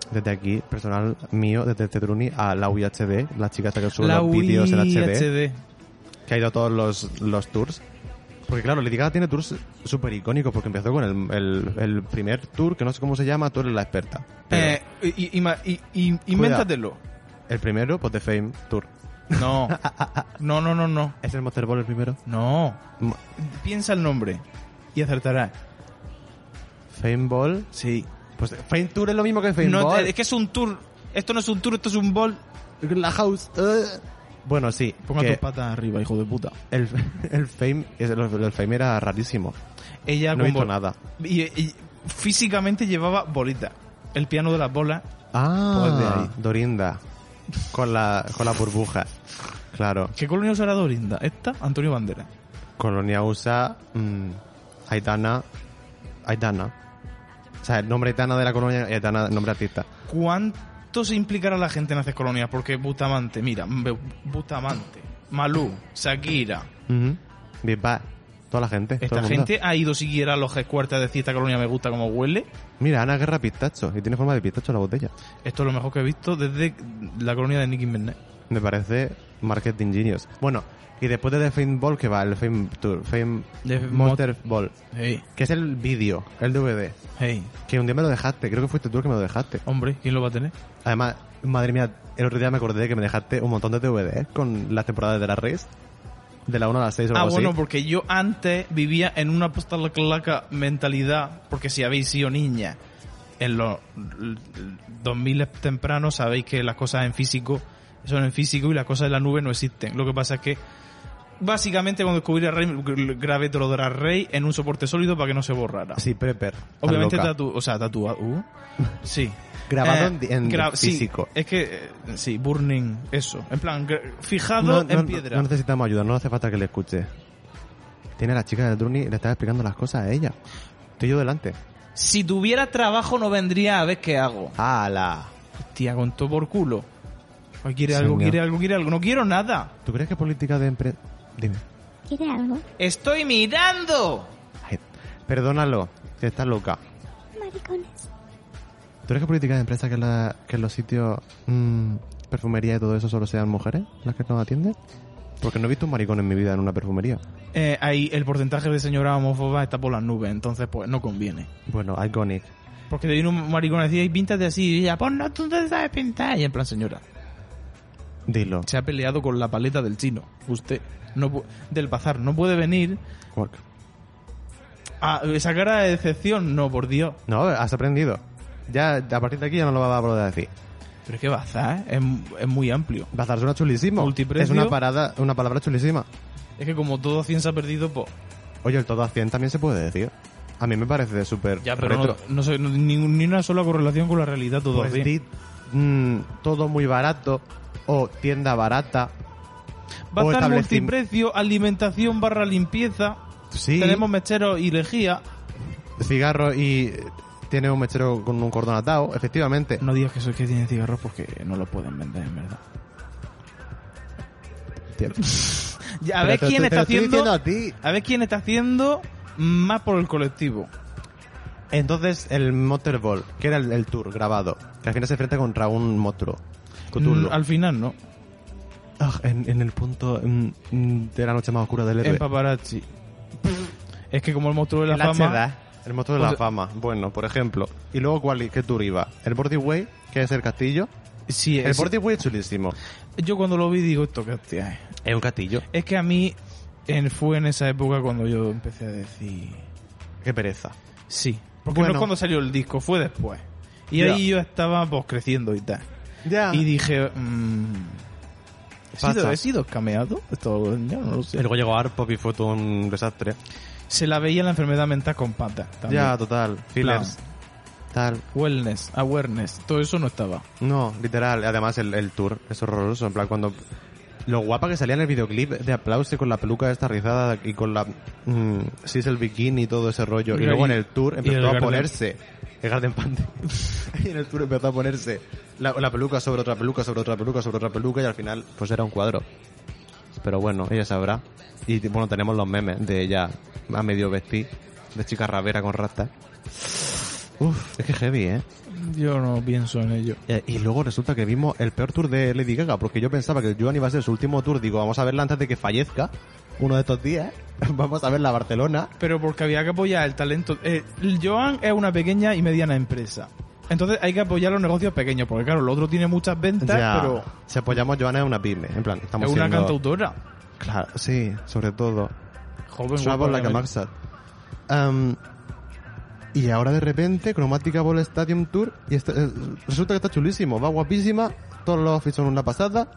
S2: desde aquí, personal mío, desde este Druni, a la UHD, la chica esta que sube los vídeos en HD,
S3: UIHD.
S2: que ha ido a todos los, los tours. Porque claro, Lady Gaga tiene tours súper icónicos, porque empezó con el, el- el primer tour, que no sé cómo se llama, tú eres la experta. Pero
S3: Eh, y, y- y- y- invéntatelo.
S2: El primero, pues The Fame Tour.
S3: No. No, no, no, no.
S2: ¿Es el Monster Ball el primero?
S3: No.
S2: M-
S3: Piensa el nombre y acertarás.
S2: Fame Ball.
S3: Sí.
S2: Pues Fame Tour es lo mismo que Fame
S3: No,
S2: Ball.
S3: es que es un tour. Esto no es un tour, esto es un bol.
S2: La house. eh. Bueno, sí.
S3: Ponga
S2: que-
S3: tus patas arriba, hijo de puta.
S2: El, el fame, es- el, el fame era rarísimo.
S3: Ella
S2: No he
S3: con
S2: visto
S3: bol-
S2: nada.
S3: Y, y físicamente llevaba bolita. El piano de las bolas. Pues de
S2: Ah,
S3: ahí.
S2: Dorinda. Con la, con la burbuja. Claro.
S3: ¿Qué colonia usará Dorinda? ¿Esta? Antonio Bandera.
S2: Colonia USA, mm, Aitana. Aitana. O sea, el nombre Aitana de la colonia, Aitana, nombre artista.
S3: ¿Cuánto se implicará la gente en hacer colonias? Porque Butamante, mira, M- Butamante, Malú, Shakira.
S2: Ujú. Big Bad. Toda la gente. todo
S3: ¿Esta
S2: el mundo.
S3: gente ha ido siquiera a los headquarters a decir esta colonia me gusta como huele?
S2: Mira, Ana Guerra Pistacho. Y tiene forma de pistacho la botella.
S3: Esto es lo mejor que he visto desde la colonia de Nicky Minaj.
S2: Me parece marketing genius. Bueno, y después de The Fame Ball, que va el Fame Tour, Fame
S3: The
S2: Monster Ball.
S3: Hey,
S2: que es el vídeo, el DVD,
S3: hey,
S2: que un día me lo dejaste, creo que fuiste tú el que me lo dejaste.
S3: hombre, ¿quién lo va a tener?
S2: Además, madre mía, el otro día me acordé que me dejaste un montón de DVDs con las temporadas de la Race, de la 1 a la 6 o
S3: Ah,
S2: algo
S3: bueno,
S2: así.
S3: porque yo antes vivía en una postalaca mentalidad, porque si habéis sido niña en los l- l- 2000 tempranos, sabéis que las cosas en físico son en físico y las cosas en la nube no existen. Lo que pasa es que básicamente cuando descubrí a Rey, gr- grabé todo lo de la Rey en un soporte sólido para que no se borrara.
S2: Sí, Prepper. tan
S3: Obviamente
S2: loca.
S3: tatu, o sea, tatuado. uh, sí.
S2: Grabado
S3: Eh,
S2: en, en
S3: gra- sí,
S2: físico.
S3: es que, eh, sí, burning, eso. En plan, gra-
S2: No,
S3: fijado
S2: no-
S3: en
S2: no-
S3: piedra.
S2: no necesitamos ayuda, no hace falta que le escuche. Tiene a la chica del Druni y le estaba explicando las cosas a ella. Estoy yo delante.
S3: Si tuviera trabajo no vendría a ver qué hago.
S2: ¡Hala!
S3: Hostia, con todo por culo. Ay, quiere
S2: Señor.
S3: algo, quiere algo, quiere algo. No quiero nada.
S2: ¿Tú crees que política de empresa...? Dime.
S4: ¿Quiere algo?
S3: Estoy mirando.
S2: Ay, perdónalo, que estás loca.
S4: Maricones.
S2: ¿Tú crees que política de empresa que, la, que en los sitios mm, perfumería y todo eso solo sean mujeres las que nos atienden? Porque no he visto un maricón en mi vida en una perfumería.
S3: Eh, ahí el porcentaje de señora homófoba está por las nubes, entonces pues no conviene.
S2: Bueno, iconic.
S3: Porque te viene un maricón y decía, "Ay, píntate así, y ella, pues no, tú no te sabes pintar. Y en plan, señora,
S2: Dilo.
S3: se ha peleado con la paleta del chino. Usted, no pu- del bazar, no puede venir
S2: Work.
S3: a esa cara de decepción. No, por Dios.
S2: No, has aprendido. Ya, a partir de aquí ya no lo vas a volver a decir.
S3: Pero es que bazar es, es muy amplio.
S2: Bazar suena chulísimo.
S3: Multiprecio.
S2: Es una parada, una palabra chulísima.
S3: Es que como todo ciencia ha perdido, pues
S2: Oye, el todo a 100 también se puede decir. A mí me parece súper
S3: Ya, pero
S2: retro.
S3: no, no sé, no- ni, ni una sola correlación con la realidad todo
S2: Pues
S3: así.
S2: di, mm, todo muy barato o tienda barata.
S3: Va
S2: o
S3: a estar
S2: establecim-
S3: multiprecio, alimentación barra limpieza,
S2: Sí.
S3: tenemos mecheros y lejía.
S2: cigarro y eh, tiene un mechero con un cordón atado, efectivamente.
S3: No digas que sois que tienen cigarros porque no lo pueden vender, en verdad. Ya, a
S2: Pero
S3: ver
S2: te- te-
S3: quién
S2: te
S3: está
S2: lo estoy
S3: haciendo...
S2: diciendo a ti.
S3: A ver quién está haciendo más por el colectivo.
S2: Entonces, el Motorball, que era el, el tour grabado, que Mm, al final se enfrenta contra un monstruo. Cthulhu.
S3: Mm, Al final no.
S2: ah, en, en el punto mm, mm, de la noche más oscura del héroe.
S3: En paparazzi. Es que como el monstruo de la
S5: En la
S3: fama.
S5: Cheddar.
S2: El monstruo de
S3: O
S2: la
S3: sea-
S2: fama, bueno, por ejemplo. Y luego, ¿cuál, ¿qué tour iba? El Way, que es el castillo.
S3: Sí,
S2: El
S3: es-
S2: Way es chulísimo.
S3: yo cuando lo vi digo esto que hostia es.
S2: Es un castillo.
S3: Es que a mí en- fue en esa época cuando yo empecé a decir
S2: Qué pereza.
S3: sí. Porque
S2: Bueno.
S3: no es cuando salió el disco, fue después. Y
S2: Ya.
S3: ahí yo estaba pues creciendo y tal.
S2: Ya.
S3: Y dije, mm, ¿he, Ah. sido,
S2: Pasa.
S3: ¿he sido escameado? Esto ya no lo sé.
S2: Y luego llegó Arpop y fue todo un desastre.
S3: Se la veía la enfermedad mental con patas. también.
S2: Ya, total. Fillers. Tal.
S3: Wellness, awareness, todo eso no estaba.
S2: No, literal. Además, el, el tour es horroroso. En plan, cuando. Lo guapa que salía en el videoclip de aplauso con la peluca esta rizada y con la. mm, sí, es el bikini y todo ese rollo. Y
S3: Y-
S2: luego en el tour
S3: y
S2: empezó
S3: el
S2: a
S3: Garden-
S2: ponerse. El Garden Pante. y en el tour empezó a ponerse la, la peluca sobre otra peluca, sobre otra peluca, sobre otra peluca y al final, pues era un cuadro. Pero bueno, ella sabrá. Y bueno, tenemos los memes de ella a medio vestir, de chica rabera con rastas. Uf, es que heavy, eh.
S3: Yo no pienso en ello.
S2: Eh, y luego resulta que vimos el peor tour de Lady Gaga, porque yo pensaba que Joan iba a ser su último tour. Digo, vamos a verla antes de que fallezca uno de estos días. vamos a verla a Barcelona.
S3: Pero porque había que apoyar el talento. Eh, el Joan es una pequeña y mediana empresa. Entonces hay que apoyar los negocios pequeños, porque claro, lo otro tiene muchas ventas,
S2: Ya,
S3: pero
S2: Si apoyamos, Joana es una pyme. En plan, estamos
S3: es una
S2: siendo-
S3: cantautora.
S2: Claro, sí, sobre todo.
S3: Joven,
S2: Suena
S3: Pues guapa, eh.
S2: por la que
S3: obviamente.
S2: Maxat. Am, y ahora de repente, Chromatica Ball Stadium Tour. Y está- eh, resulta que está chulísimo. Va guapísima. Todos los outfits son una pasada.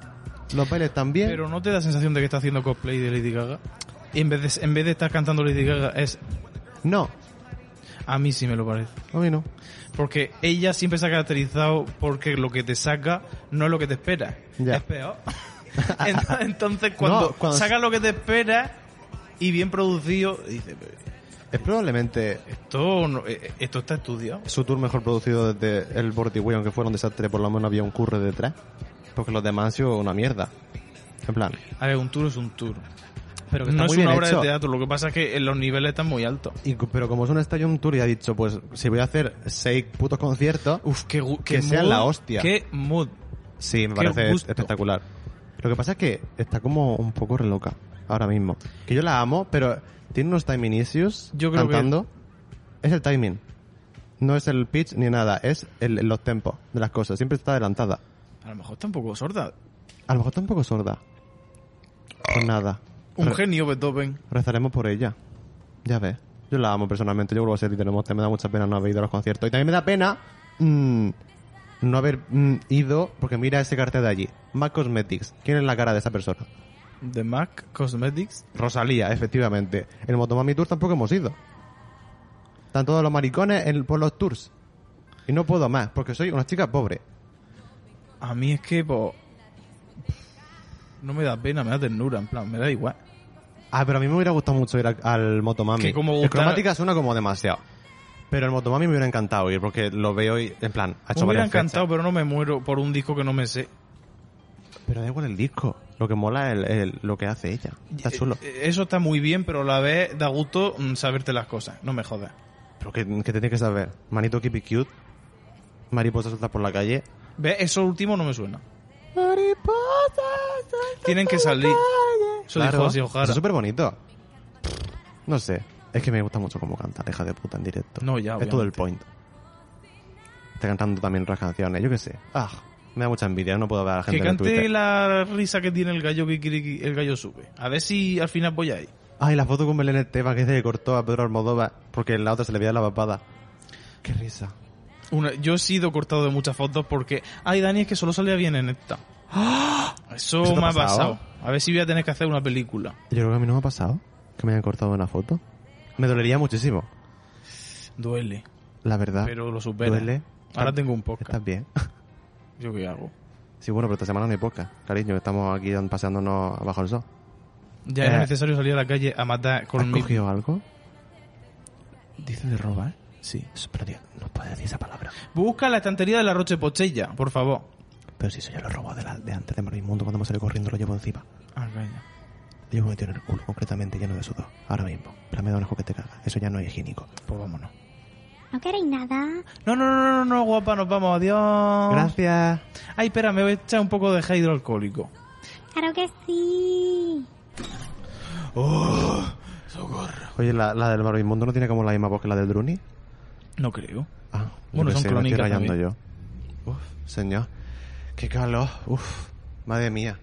S2: Los bailes también.
S3: Pero no te da sensación de que está haciendo cosplay de Lady Gaga. Y en vez de, en vez de estar cantando Lady Gaga, es.
S2: No,
S3: A mí sí me lo parece.
S2: a mí no.
S3: Porque ella siempre se ha caracterizado porque lo que te saca no es lo que te espera.
S2: Ya.
S3: Es peor. Ent- Entonces, cuando,
S2: No, cuando-
S3: sacas lo que te espera y bien producido, dices, "Pero
S2: Es probablemente
S3: esto, no- eh, esto está estudiado.
S2: su tour mejor producido desde el Way, aunque fuera un desastre, por lo menos había un curre detrás. Porque los demás han sido una mierda. En plan.
S3: A ver, un tour es un tour.
S2: Pero
S3: no es una obra de teatro, lo que pasa es que eh, los niveles están muy altos.
S2: Y, cu- pero como es un Stadium Tour y ha dicho, pues si voy a hacer seis putos conciertos,
S3: Uf, qué, gu-
S2: Que
S3: qué
S2: sea
S3: mood,
S2: la hostia.
S3: Qué mood.
S2: sí, me
S3: qué
S2: parece
S3: gusto.
S2: espectacular. Lo que pasa es que está como un poco reloca ahora mismo. Que yo la amo, pero tiene unos timing issues
S3: Yo creo que-
S2: cantando. Es el timing. No es el pitch ni nada, es el- los tempos de las cosas. Siempre está adelantada.
S3: A lo mejor está un poco sorda.
S2: A lo mejor está un poco sorda. Pues nada.
S3: Un
S2: Re-
S3: genio Beethoven.
S2: rezaremos por ella. Ya ves. Yo la amo personalmente. Yo vuelvo a ser líder Me da mucha pena no haber ido a los conciertos. Y también me da pena mm, no haber mm, ido, porque mira ese cartel de allí. Mac Cosmetics. ¿Quién es la cara de esa persona?
S3: De MAC Cosmetics.
S2: Rosalía, efectivamente. En el Motomami Tour tampoco hemos ido. Están todos los maricones en- por los tours. Y no puedo más, porque soy una chica pobre.
S3: A mí es que, po, No me da pena, me da ternura, en plan, me da igual.
S2: Ah, pero a mí me hubiera gustado mucho ir a- al Motomami.
S3: Que como
S2: El
S3: gustar-
S2: cromática suena como demasiado. Pero el Motomami me hubiera encantado ir porque lo veo y, en plan, ha hecho
S3: me hubiera
S2: varias fechas.
S3: encantado, pero no me muero por un disco que no me sé.
S2: Pero da igual el disco. Lo que mola es el- el- lo que hace ella. Está
S3: Eh,
S2: chulo.
S3: eh, Eso está muy bien, pero a la vez da gusto mm, saberte las cosas. No me jodas.
S2: Pero que, que tienes que saber. Manito Keep It Cute. Mariposa suelta por la calle.
S3: ¿Ves? Eso último no me suena. Tienen que salir. Eso
S2: Claro.
S3: dijo así,
S2: Eso es súper bonito. No sé. Es que me gusta mucho cómo canta, la hija de puta, en directo.
S3: No, ya,
S2: Es todo el
S3: obviamente.
S2: point. Está cantando también otras canciones, yo qué sé. Ah, me da mucha envidia, no puedo ver a la gente
S3: Que
S2: en el
S3: cante
S2: Twitter.
S3: la risa que tiene el gallo que quiere que el gallo sube. A ver si al final voy ahí.
S2: Ay, la foto con Belén Esteban que se le cortó a Pedro Almodóvar porque en la otra se le veía la papada. Qué risa.
S3: Una- yo he sido cortado de muchas fotos porque. Ay, Dani, es que solo salía bien en esta. ¡Ah! Eso,
S2: ¿Eso te ha
S3: me ha
S2: pasado?
S3: pasado. A ver si voy a tener que hacer una película.
S2: Yo creo que a mí no me ha pasado que me hayan cortado una foto. Me dolería muchísimo,
S3: Duele,
S2: la verdad.
S3: pero lo supera.
S2: duele.
S3: Ahora
S2: Está-
S3: tengo un podcast.
S2: ¿Estás bien?
S3: ¿Yo qué hago?
S2: Sí, bueno, pero esta semana no hay poca. Cariño, estamos aquí paseándonos bajo el sol.
S3: Ya
S2: Eh,
S3: es necesario salir a la calle a matar
S2: ¿Has
S3: con mi.
S2: cogido algo?
S3: Dice de robar. Sí.
S2: Pero tío, no puedes decir esa palabra.
S3: Busca la estantería de la Roche Pochella, por favor.
S2: Pero si eso ya lo he robado de, la- de antes de Marimundo, cuando me salió corriendo lo llevo encima.
S3: Ah, calla.
S2: Lo llevo metido en el culo, concretamente lleno de sudor. Ahora mismo. Pero me da un ojo que te caga. Eso ya no es higiénico.
S3: Pues vámonos.
S4: ¿No queréis nada?
S3: No, no, no, no, no, guapa, nos vamos, adiós.
S2: Gracias.
S3: Ay, espera, me voy a echar un poco de gel hidroalcohólico.
S4: Claro que sí.
S3: Oh.
S2: Oye, la, la del Barbimundo no tiene como la misma voz que la del Druni.
S3: No creo.
S2: Ah, yo
S3: Bueno,
S2: qué sé, me
S3: son
S2: estoy
S3: crónicas
S2: rayando
S3: también.
S2: yo. Uf, señor. Qué calor. Uf, madre mía.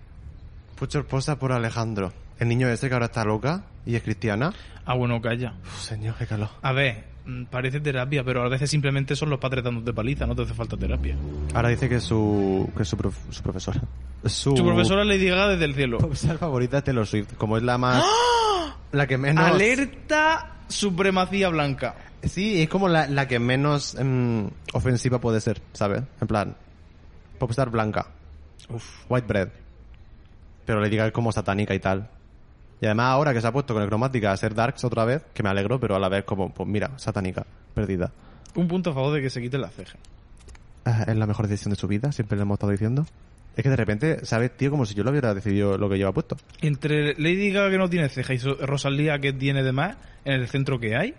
S2: Pucho posa por Alejandro. El niño ese que ahora está loca y es cristiana.
S3: Ah, bueno, calla.
S2: Uf, señor, qué calor.
S3: A ver, mm, parece terapia, pero a veces simplemente son los padres dándote paliza, no te hace falta terapia.
S2: Ahora dice que su, que su, prof- su profesora. Su,
S3: Tu profesora Lady Gaga desde el cielo.
S2: profesora favorita es Taylor Swift. Como es la más. La que menos.
S3: Alerta supremacía blanca.
S2: Sí, es como la, la que menos em, ofensiva puede ser, ¿sabes? En plan, popstar blanca. White bread. Pero le diga como satánica y tal. Y además ahora que se ha puesto con el cromática a ser darks otra vez, que me alegro, pero a la vez como, pues mira, satánica, perdida.
S3: Un punto a favor de que se quiten las cejas.
S2: Ah, Es la mejor decisión de su vida, siempre le hemos estado diciendo. Es que de repente, ¿sabes, tío? Como si yo lo hubiera decidido lo que lleva puesto.
S3: Entre Lady Gaga que no tiene ceja y so- Rosalía que tiene de más, en el centro que hay,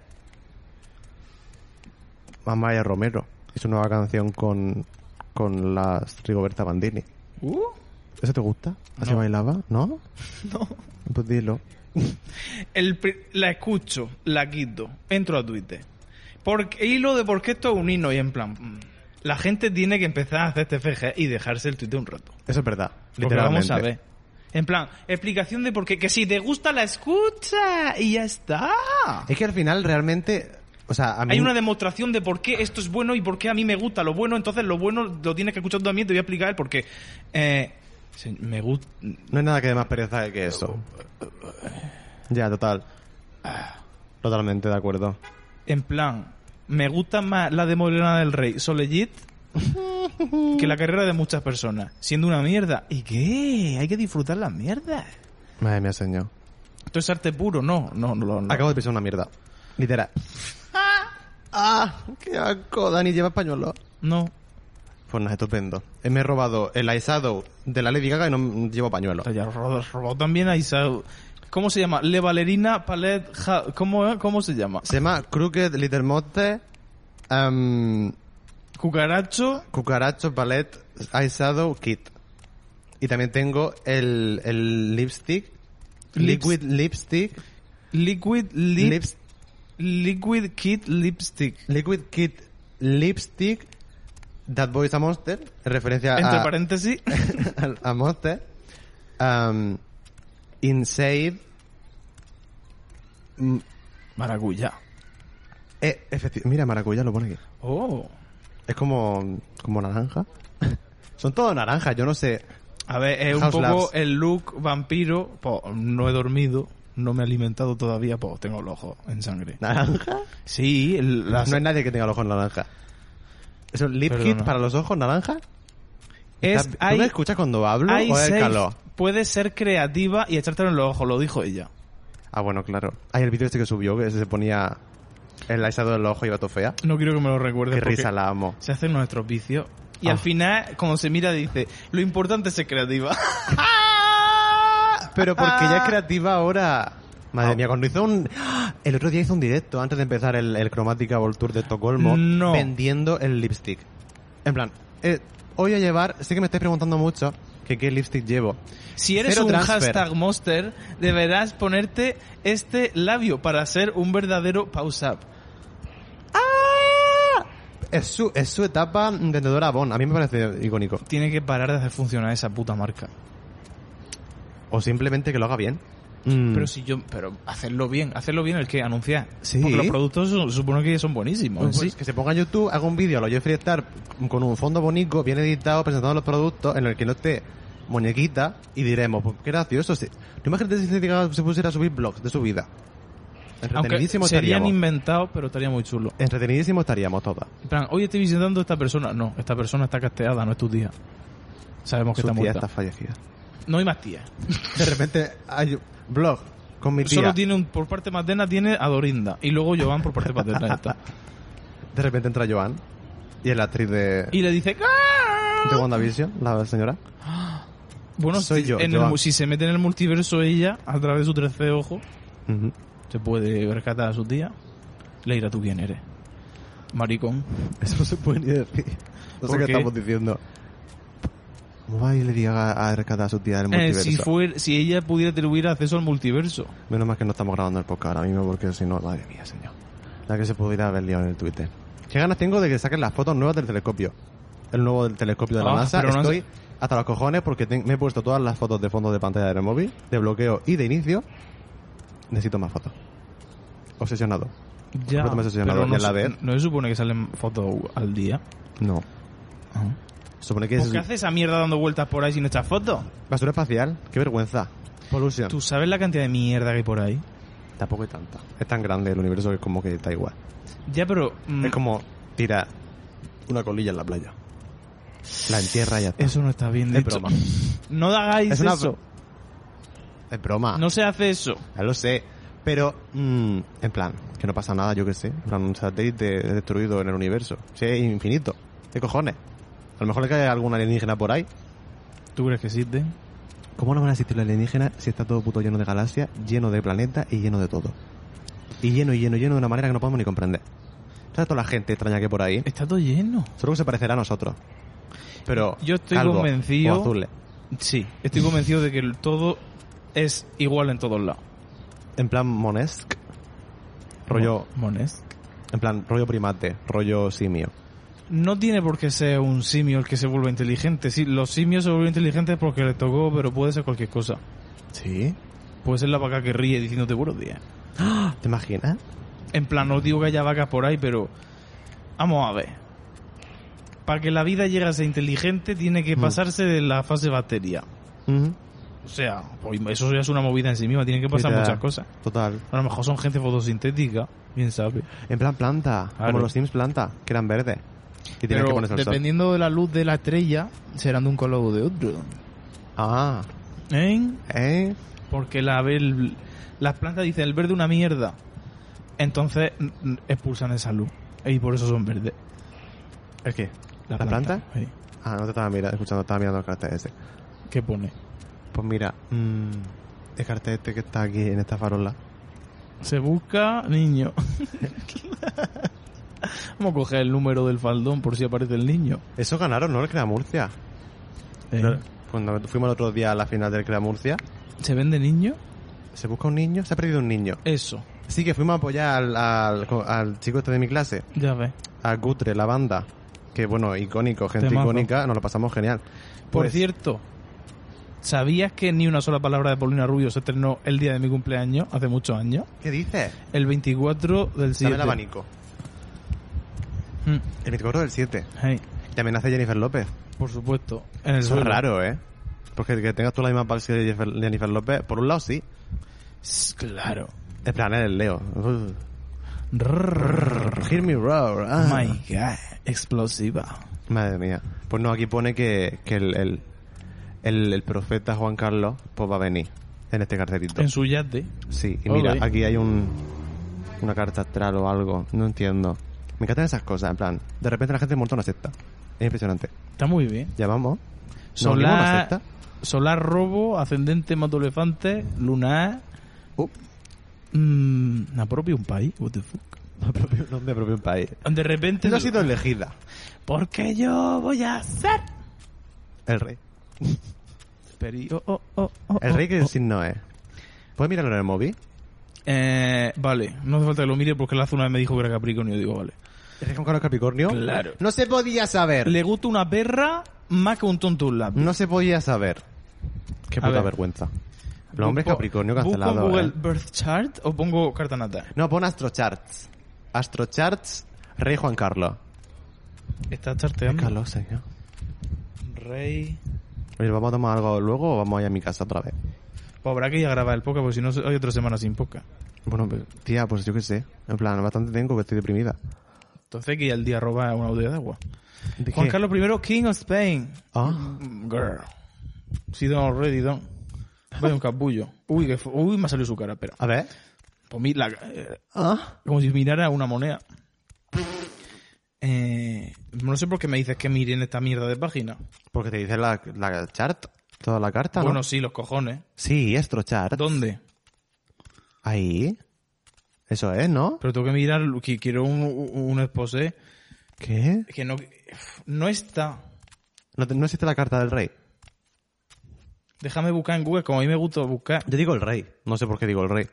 S2: Amaya Romero. Es su nueva canción con, con la Rigoberta Bandini. ¿Eso te gusta? ¿Así
S3: No.
S2: bailaba? ¿No? No. Pues dilo.
S3: el pri- la escucho, la quito, entro a Twitter. Porque, hilo de por qué esto es un himno y en plan... mm, La gente tiene que empezar a hacer este FG y dejarse el Twitter un rato.
S2: Eso es verdad.
S3: Porque
S2: Literalmente.
S3: vamos a ver. En plan, explicación de por qué. Que si te gusta la escucha y ya está.
S2: Es que al final realmente. O sea, a mí.
S3: Hay una demostración de por qué esto es bueno y por qué a mí me gusta lo bueno. Entonces lo bueno lo tienes que escuchar tú también. Te voy a explicar el por qué. Eh, se- me gusta...
S2: No hay nada que dé más pereza que eso. Ya, total. Totalmente de acuerdo.
S3: En plan, me gusta más la de Morena del Rey, Solejit, que la carrera de muchas personas. Siendo una mierda. ¿Y qué? Hay que disfrutar las mierdas.
S2: Madre mía, señor.
S3: Esto es arte puro. No, no, no. no.
S2: Acabo de pisar una mierda. Literal. ¡Ah! ¡Qué asco! Dani lleva pañuelo.
S3: No.
S2: Pues nada, estupendo. Eh, Me he robado el eyeshadow de la Lady Gaga y no mm, llevo pañuelo.
S3: Ya robó, robó también a Isao. ¿Cómo se llama? Le Valerina Palet... Ja- ¿Cómo, eh? ¿Cómo se llama?
S2: Se llama Crooked Little Monster em,
S3: Cucaracho...
S2: Cucaracho Palette Eyeshadow Kit. Y también tengo el, el lipstick.
S3: Lips-
S2: Liquid Lipstick.
S3: Liquid Lip...
S2: Lips-
S3: Liquid Kit Lipstick.
S2: liquid Kit Lipstick. That Boy is a Monster. En referencia
S3: Entre
S2: a,
S3: paréntesis.
S2: a, a Monster. Em, inside. Mm,
S3: Maracuya.
S2: eh, efecti- Mira, Maracuya lo pone aquí.
S3: Oh.
S2: Es como, como naranja. Son todos naranjas, yo no sé.
S3: A ver, es un
S2: House
S3: poco
S2: Labs.
S3: el look vampiro. Pues no he dormido, no me he alimentado todavía, pues tengo el ojo en sangre.
S2: ¿Naranja?
S3: Sí, el- las-
S2: No hay nadie que tenga los ojos naranja. ¿Eso es lip
S3: Perdona.
S2: kit para los ojos naranja?
S3: es
S2: ¿Tú
S3: hay-
S2: me escuchas cuando hablo
S3: hay
S2: o es el
S3: safe.
S2: calor?
S3: Puedes ser creativa y echártelo en los ojos, lo dijo ella.
S2: Ah, bueno, claro. Hay el vídeo este que subió que se ponía el eyeshadow en los ojos y iba todo fea.
S3: No quiero que me lo recuerdes
S2: Qué
S3: porque
S2: risa la amo.
S3: se hacen nuestros vicios. Y
S2: Ah.
S3: al final, cuando se mira, dice, lo importante es ser creativa.
S2: Pero porque
S3: Ah.
S2: ya es creativa ahora. Madre mía, cuando hizo un... ¡Ah! El otro día hizo un directo antes de empezar el, el Chromatica World Tour de Estocolmo
S3: No.
S2: vendiendo el lipstick. En plan, eh, hoy a llevar... Sé que me estáis preguntando mucho que qué lipstick llevo.
S3: Si eres
S2: Cero
S3: un
S2: transfer.
S3: hashtag monster, deberás ponerte este labio para ser un verdadero pause up.
S2: Es su, es su etapa vendedora Bon. A mí me parece icónico.
S3: tiene que parar de hacer funcionar esa puta marca.
S2: O simplemente que lo haga bien. Mm.
S3: Pero si yo, pero hacerlo bien, hacerlo bien el que anuncia.
S2: Sí.
S3: Porque los productos su- supongo que son buenísimos.
S2: Pues
S3: en sí.
S2: Que se ponga en YouTube, haga un vídeo a lo Jeffrey Star con un fondo bonito, bien editado, presentando los productos, en el que no esté muñequita, y diremos, pues qué gracioso. Si... ¿Tú imagínate si Lady Gaga se pusiera a subir blogs de su vida.
S3: Aunque
S2: Entretenidísimo
S3: serían
S2: estaríamos.
S3: inventados, pero estaría muy chulo.
S2: Entretenidísimo estaríamos todas.
S3: En plan, hoy estoy visitando a esta persona. No, esta persona está casteada, no es tu tía. Sabemos que
S2: Su
S3: está
S2: tía
S3: muerta.
S2: está fallecida.
S3: No hay más tías.
S2: De repente hay un blog con mi tía.
S3: Solo tiene un, por parte materna tiene a Dorinda y luego Joan por parte paterna. ya está.
S2: De repente entra Joan, y es la actriz de,
S3: Y le dice, "¡Ah!".
S2: de WandaVision, la señora.
S3: bueno,
S2: Soy
S3: si,
S2: yo,
S3: en el
S2: Joan.
S3: mu- si se mete en el multiverso ella a través de su tercer ojo,
S2: Ujú.
S3: se puede rescatar a su tía. Leira, ¿tú quién eres? Maricón.
S2: Eso no se puede ni decir. No sé
S3: ¿Por
S2: qué
S3: qué?
S2: estamos diciendo. ¿Cómo va y le diga a rescatar a su tía del
S3: Eh,
S2: multiverso?
S3: si, fuer- si ella pudiera tener acceso al multiverso.
S2: Menos mal que no estamos grabando el podcast ahora mismo porque si no, madre mía, señor. La que se pudiera haber liado en el Twitter. Qué ganas tengo de que saquen las fotos nuevas del telescopio. El nuevo del telescopio de la
S3: Ah,
S2: NASA.
S3: pero no
S2: Estoy
S3: has-
S2: hasta los cojones porque te- me he puesto todas las fotos de fondo de pantalla del móvil, de bloqueo y de inicio. Necesito más fotos. Obsesionado.
S3: Ya,
S2: Completamente obsesionado.
S3: pero
S2: Ya
S3: no,
S2: la
S3: se-
S2: ves.
S3: no se supone que salen fotos al día.
S2: No. Supone que
S3: ¿Por
S2: es
S3: qué hace esa mierda dando vueltas por ahí sin echar fotos?
S2: basura espacial. Qué vergüenza. Pollution.
S3: ¿Tú sabes la cantidad de mierda que hay por ahí?
S2: Tampoco es tanta. Es tan grande el universo que como que da igual.
S3: Ya, pero... mm,
S2: Es como tirar una colilla en la playa. La entierra y ya está.
S3: Eso no está bien
S2: Es
S3: dicho.
S2: broma.
S3: No hagáis
S2: Es una-
S3: eso.
S2: Es broma.
S3: No se hace eso.
S2: Ya lo sé. Pero, mm, en plan, que no pasa nada, yo que sé. En plan, un satélite destruido en el universo. Sí, es infinito. ¿Qué cojones? A lo mejor le cae algún alienígena por ahí.
S3: ¿Tú crees que existe?
S2: ¿Cómo no van a existir los alienígenas si está todo puto lleno de galaxias, lleno de planetas y lleno de todo? Y lleno, y lleno, lleno de una manera que no podemos ni comprender. ¿Sabes toda la gente extraña que hay por ahí?
S3: Está todo lleno.
S2: Solo que se parecerá a nosotros. Pero.
S3: Yo estoy
S2: calvo
S3: convencido-
S2: o azules.
S3: Sí. Estoy convencido de que el todo es igual en todos lados.
S2: En plan monesque. Rollo.
S3: Mones.
S2: En plan, rollo primate, rollo simio.
S3: No tiene por qué ser un simio el que se vuelva inteligente. Sí, los simios se vuelven inteligentes porque le tocó, pero puede ser cualquier cosa.
S2: ¿Sí?
S3: Puede ser la vaca que ríe diciéndote buenos días. Ah.
S2: ¿Te imaginas?
S3: En plan, no digo que haya vacas por ahí, pero vamos a ver. Para que la vida llegue a ser inteligente, tiene
S2: Mm.
S3: que pasarse de la fase bacteria. O sea, pues eso ya es una movida en sí misma, tiene que pasar
S2: Mira,
S3: muchas cosas.
S2: Total.
S3: A lo mejor son gente fotosintética, bien sabe.
S2: En plan planta,
S3: Claro.
S2: como los Sims planta, que eran verdes. Y tenían que
S3: Pero
S2: ponerse al sol.
S3: dependiendo de la luz de la estrella, serán de un color o de otro.
S2: Ah,
S3: ¿Eh?
S2: ¿eh?
S3: Porque la, el- las plantas dicen el verde una mierda. Entonces mm, mm, expulsan esa luz. Y por eso son verdes.
S2: ¿El qué? ¿La, planta?
S3: planta? Sí.
S2: Ah, no te estaba mirando, escuchando, estaba mirando el cartel ese.
S3: ¿Qué pone?
S2: Pues mira, mm, el cartel este que está aquí en esta farola.
S3: Se busca niño. Vamos a coger el número del faldón por si aparece el niño.
S2: Eso ganaron, ¿no? El Crea Murcia.
S3: Eh,
S2: No, Cuando fuimos el otro día a la final del Crea Murcia,
S3: ¿Se vende niño?
S2: se busca un niño, se ha perdido un niño.
S3: Eso,
S2: Sí, que fuimos a apoyar al, al, al chico este de mi clase,
S3: ya ves.
S2: a Gutre, la banda. Que bueno, icónico, gente
S3: Temazo.
S2: icónica, nos lo pasamos genial.
S3: Por
S2: Pues-
S3: cierto, ¿sabías que ni una sola palabra de Paulina Rubio se estrenó el día de mi cumpleaños, hace muchos años?
S2: ¿Qué dices?
S3: El 24 del
S2: Dame
S3: 7.
S2: el abanico.
S3: Mm,
S2: El 24 del 7.
S3: hey,
S2: Y amenaza a Jennifer López.
S3: por supuesto. En el
S2: Eso es
S3: suelo.
S2: raro, ¿eh? Porque que tengas tú la misma pulse de Jennifer, Jennifer López, por un lado sí.
S3: S- Claro.
S2: En plan, es el Leo. Uh,
S3: Rrrr.
S2: hear me roar.
S3: Oh
S2: ah.
S3: my god, explosiva.
S2: Madre mía. Pues no, aquí pone que, que el, el, el- el profeta Juan Carlos pues va a venir en este cartelito.
S3: En su yate.
S2: Sí, y
S3: Ok.
S2: mira, aquí hay un, una carta astral o algo. No entiendo. Me encantan esas cosas, en plan. De repente la gente monta una secta. Es impresionante.
S3: Está muy bien.
S2: Llamamos. ¿Nos unimos a una
S3: Solar,
S2: secta?
S3: solar robo, ascendente mato elefante, lunar.
S2: Uh.
S3: Mm, apropio un país. What the fuck?
S2: Me propio, no me propio un país.
S3: De repente.
S2: No ha sido elegida.
S3: Porque yo voy a ser.
S2: El rey.
S3: Peri- oh, oh, oh, oh,
S2: El
S3: oh,
S2: rey que
S3: oh.
S2: el signo es. ¿Puedes mirarlo en el móvil?
S3: Eh, vale, no hace falta que lo mire porque la zona me dijo que era Capricornio. Digo, vale.
S2: ¿El rey con Carlos Capricornio?
S3: Claro.
S2: No se podía saber.
S3: Le gusta una perra más que un tonto un lápiz.
S2: Er. No se podía saber. Qué
S3: A
S2: puta
S3: ver.
S2: vergüenza. Los hombres
S3: Busco-
S2: Capricornio
S3: ¿Busco en
S2: cancelado.
S3: Google
S2: ¿eh?
S3: Birth Chart o pongo carta natal?
S2: No, pon Astrocharts. Astrocharts, rey Juan Carlos.
S3: Está charteando.
S2: Carlos, señor.
S3: Rey.
S2: Oye, ¿vamos a tomar algo luego o vamos a ir a mi casa otra vez?
S3: Pues habrá que ir a grabar el poca porque si no hay otra semana sin poca.
S2: Bueno, pues, tía, pues yo qué sé. En plan, bastante tengo que estoy deprimida.
S3: Entonces que al día roba una botella de agua.
S2: ¿De
S3: Juan
S2: qué?
S3: Carlos I, King of Spain.
S2: Ah,
S3: Girl. Si don already don. Vaya un capullo. Uy, que fu- Uy, me ha salido su cara, espera.
S2: a ver.
S3: Pues mi- la- eh,
S2: Ah.
S3: como si mirara una moneda. Eh, no sé por qué me dices que miren esta mierda de página.
S2: Porque te dice la, la chart, toda la carta, ¿no?
S3: Bueno, sí, los cojones.
S2: Sí, Astrochart.
S3: ¿Dónde?
S2: Ahí. Eso es, ¿no?
S3: Pero tengo que mirar, que quiero un, un exposé
S2: ¿Qué?
S3: que no, no está.
S2: ¿No, te- no existe la carta del rey?
S3: Déjame buscar en Google, como a mí me gusta buscar.
S2: Yo digo el rey. No sé por qué digo el rey.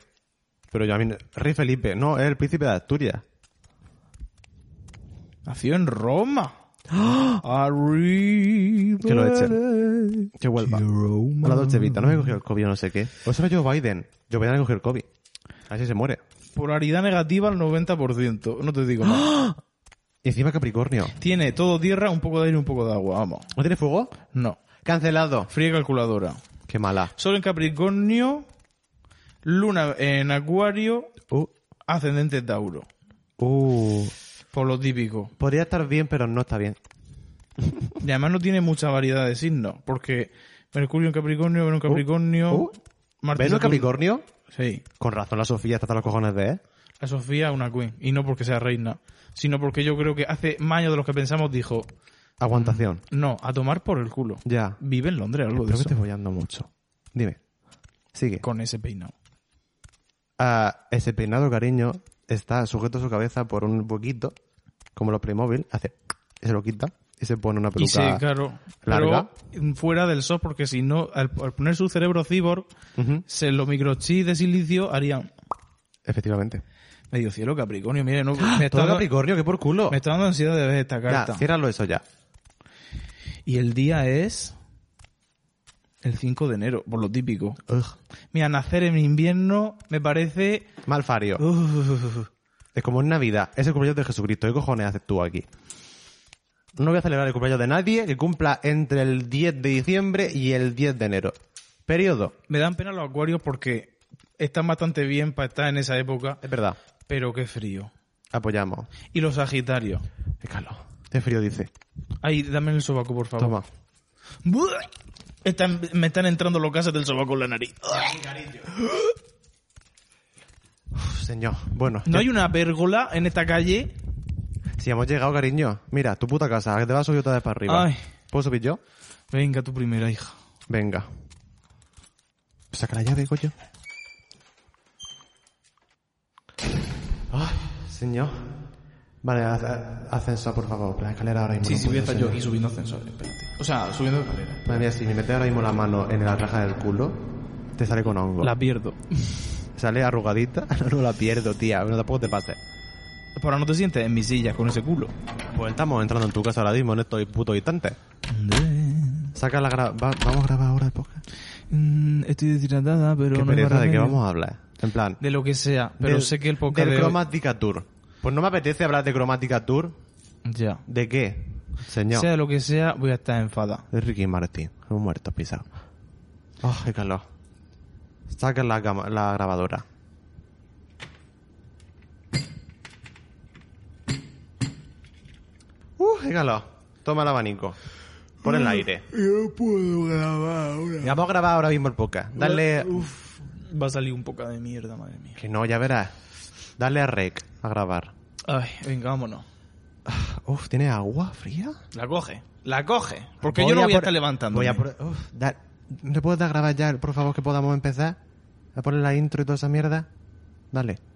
S2: Pero yo a mí... Rey Felipe. No, es el príncipe de Asturias.
S3: Nació en Roma. Arriba.
S2: ¡Ah! Que lo echen. Que vuelva. A la Dolce Vita. No me he cogido el COVID o no sé qué. O sea, Joe Biden. Joe Biden ha cogido el COVID. Así se muere.
S3: Polaridad negativa al 90%. No te digo
S2: ¡Ah!
S3: más.
S2: Y encima Capricornio.
S3: Tiene todo tierra, un poco de aire y un poco de agua. Vamos.
S2: ¿No tiene fuego?
S3: No.
S2: Cancelado.
S3: Fría calculadora.
S2: Qué mala.
S3: Solo en Capricornio. Luna en Acuario.
S2: Uh,
S3: Ascendente en Tauro.
S2: uh.
S3: Por lo típico.
S2: Podría estar bien, pero no está bien.
S3: Y además no tiene mucha variedad de signos. Porque Mercurio en Capricornio, Venus en Capricornio.
S2: uh.
S3: Marte
S2: ¿Ves el
S3: Saturno-
S2: Capricornio?
S3: Sí.
S2: Con razón, la Sofía está hasta los cojones de ¿eh? él.
S3: La Sofía es una queen. Y no porque sea reina. Sino porque yo creo que hace más años de los que pensamos dijo,
S2: Aguantación.
S3: no, a tomar por el culo.
S2: Ya.
S3: Vive en Londres, Mm. algo de
S2: Creo que
S3: eso.
S2: estoy follando mucho. Dime. Sigue.
S3: Con ese peinado.
S2: Ah, ese peinado, cariño, está sujeto a su cabeza por un poquito, como los Playmobil. Hace... y se lo quita y se pone una
S3: Y
S2: peluca.
S3: se, claro,
S2: larga.
S3: pero fuera del sol, porque si no, al, al poner su cerebro cyborg,
S2: Ujú,
S3: se lo microchip de silicio harían
S2: Efectivamente.
S3: medio cielo Capricornio. Mire, no, me, está
S2: Ah, Todo
S3: dando,
S2: Capricornio, que por culo.
S3: me está dando ansiedad de ver esta
S2: Ya,
S3: carta.
S2: ciérralo eso ya.
S3: y el día es el 5 de enero, por lo típico.
S2: Ugh.
S3: Mira, nacer en invierno me parece...
S2: Malfario.
S3: Uf.
S2: Es como en Navidad. Es el cumpleaños de Jesucristo. ¿Qué cojones haces tú aquí? No voy a celebrar el cumpleaños de nadie que cumpla entre el 10 de diciembre y el 10 de enero. Periodo.
S3: Me dan pena los acuarios porque están bastante bien para estar en esa época,
S2: Es verdad.
S3: pero qué frío.
S2: Apoyamos.
S3: Y los sagitarios.
S2: Qué calor. Qué frío dice.
S3: Ay, dame el sobaco, por favor.
S2: Toma.
S3: Buah. Están- me están entrando los gases del sobaco en la nariz.
S2: Uf, señor. Bueno.
S3: No
S2: ya-
S3: hay una pérgola en esta calle.
S2: Si hemos llegado, cariño. Mira, tu puta casa. Que te vas a subir otra vez para arriba.
S3: Ay.
S2: ¿Puedo subir yo?
S3: Venga, tu primera hija.
S2: Venga. Saca la llave, coño. Ay, señor. Vale, haz- ascensor, por favor. La escalera ahora mismo.
S3: Sí,
S2: no
S3: sí, voy
S2: puedo,
S3: a estar yo
S2: señor.
S3: aquí subiendo ascensores. espérate. O sea, subiendo escaleras.
S2: Madre mía, si me metes ahora mismo la mano en la raja del culo, te sale con hongo.
S3: La pierdo.
S2: Sale arrugadita. no la pierdo, tía. No, tampoco te pases.
S3: Pero no te sientes en mi silla con ese culo.
S2: Pues estamos entrando en tu casa ahora mismo en estos putos instantes. Saca la gra... va- vamos a grabar ahora el podcast.
S3: Mm, Estoy deshidratada, pero
S2: Qué
S3: no hay
S2: pereza,
S3: más
S2: ¿de qué
S3: remedio.
S2: vamos a hablar? En plan...
S3: De lo que sea, pero
S2: del-
S3: sé que el podcast
S2: del
S3: de hoy-
S2: Chromatica Tour. Pues no me apetece hablar de Chromatica Tour.
S3: Ya.
S2: ¿De qué? Señor.
S3: Sea lo que sea, voy a estar enfadada.
S2: De Ricky Martin. Un muerto pisado. ¡Ay, qué calor! Saca la, cama- la grabadora. ¡Uh, qué calor! Toma el abanico. Pon el aire.
S3: Yo puedo grabar ahora.
S2: Ya vamos a grabar ahora mismo el podcast. Dale...
S3: Uf, va a salir un poco de mierda, madre mía.
S2: Que no, ya verás. Dale a rec a grabar.
S3: Ay, venga, vámonos.
S2: Uf, ¿tiene agua fría?
S3: La coge. La coge. Porque
S2: Voy
S3: yo no
S2: a
S3: voy a
S2: por-
S3: estar levantando.
S2: Voy a por... Uf, da- ¿No puedes dar a grabar ya, por favor, que podamos empezar? ¿A poner la intro y toda esa mierda? Dale.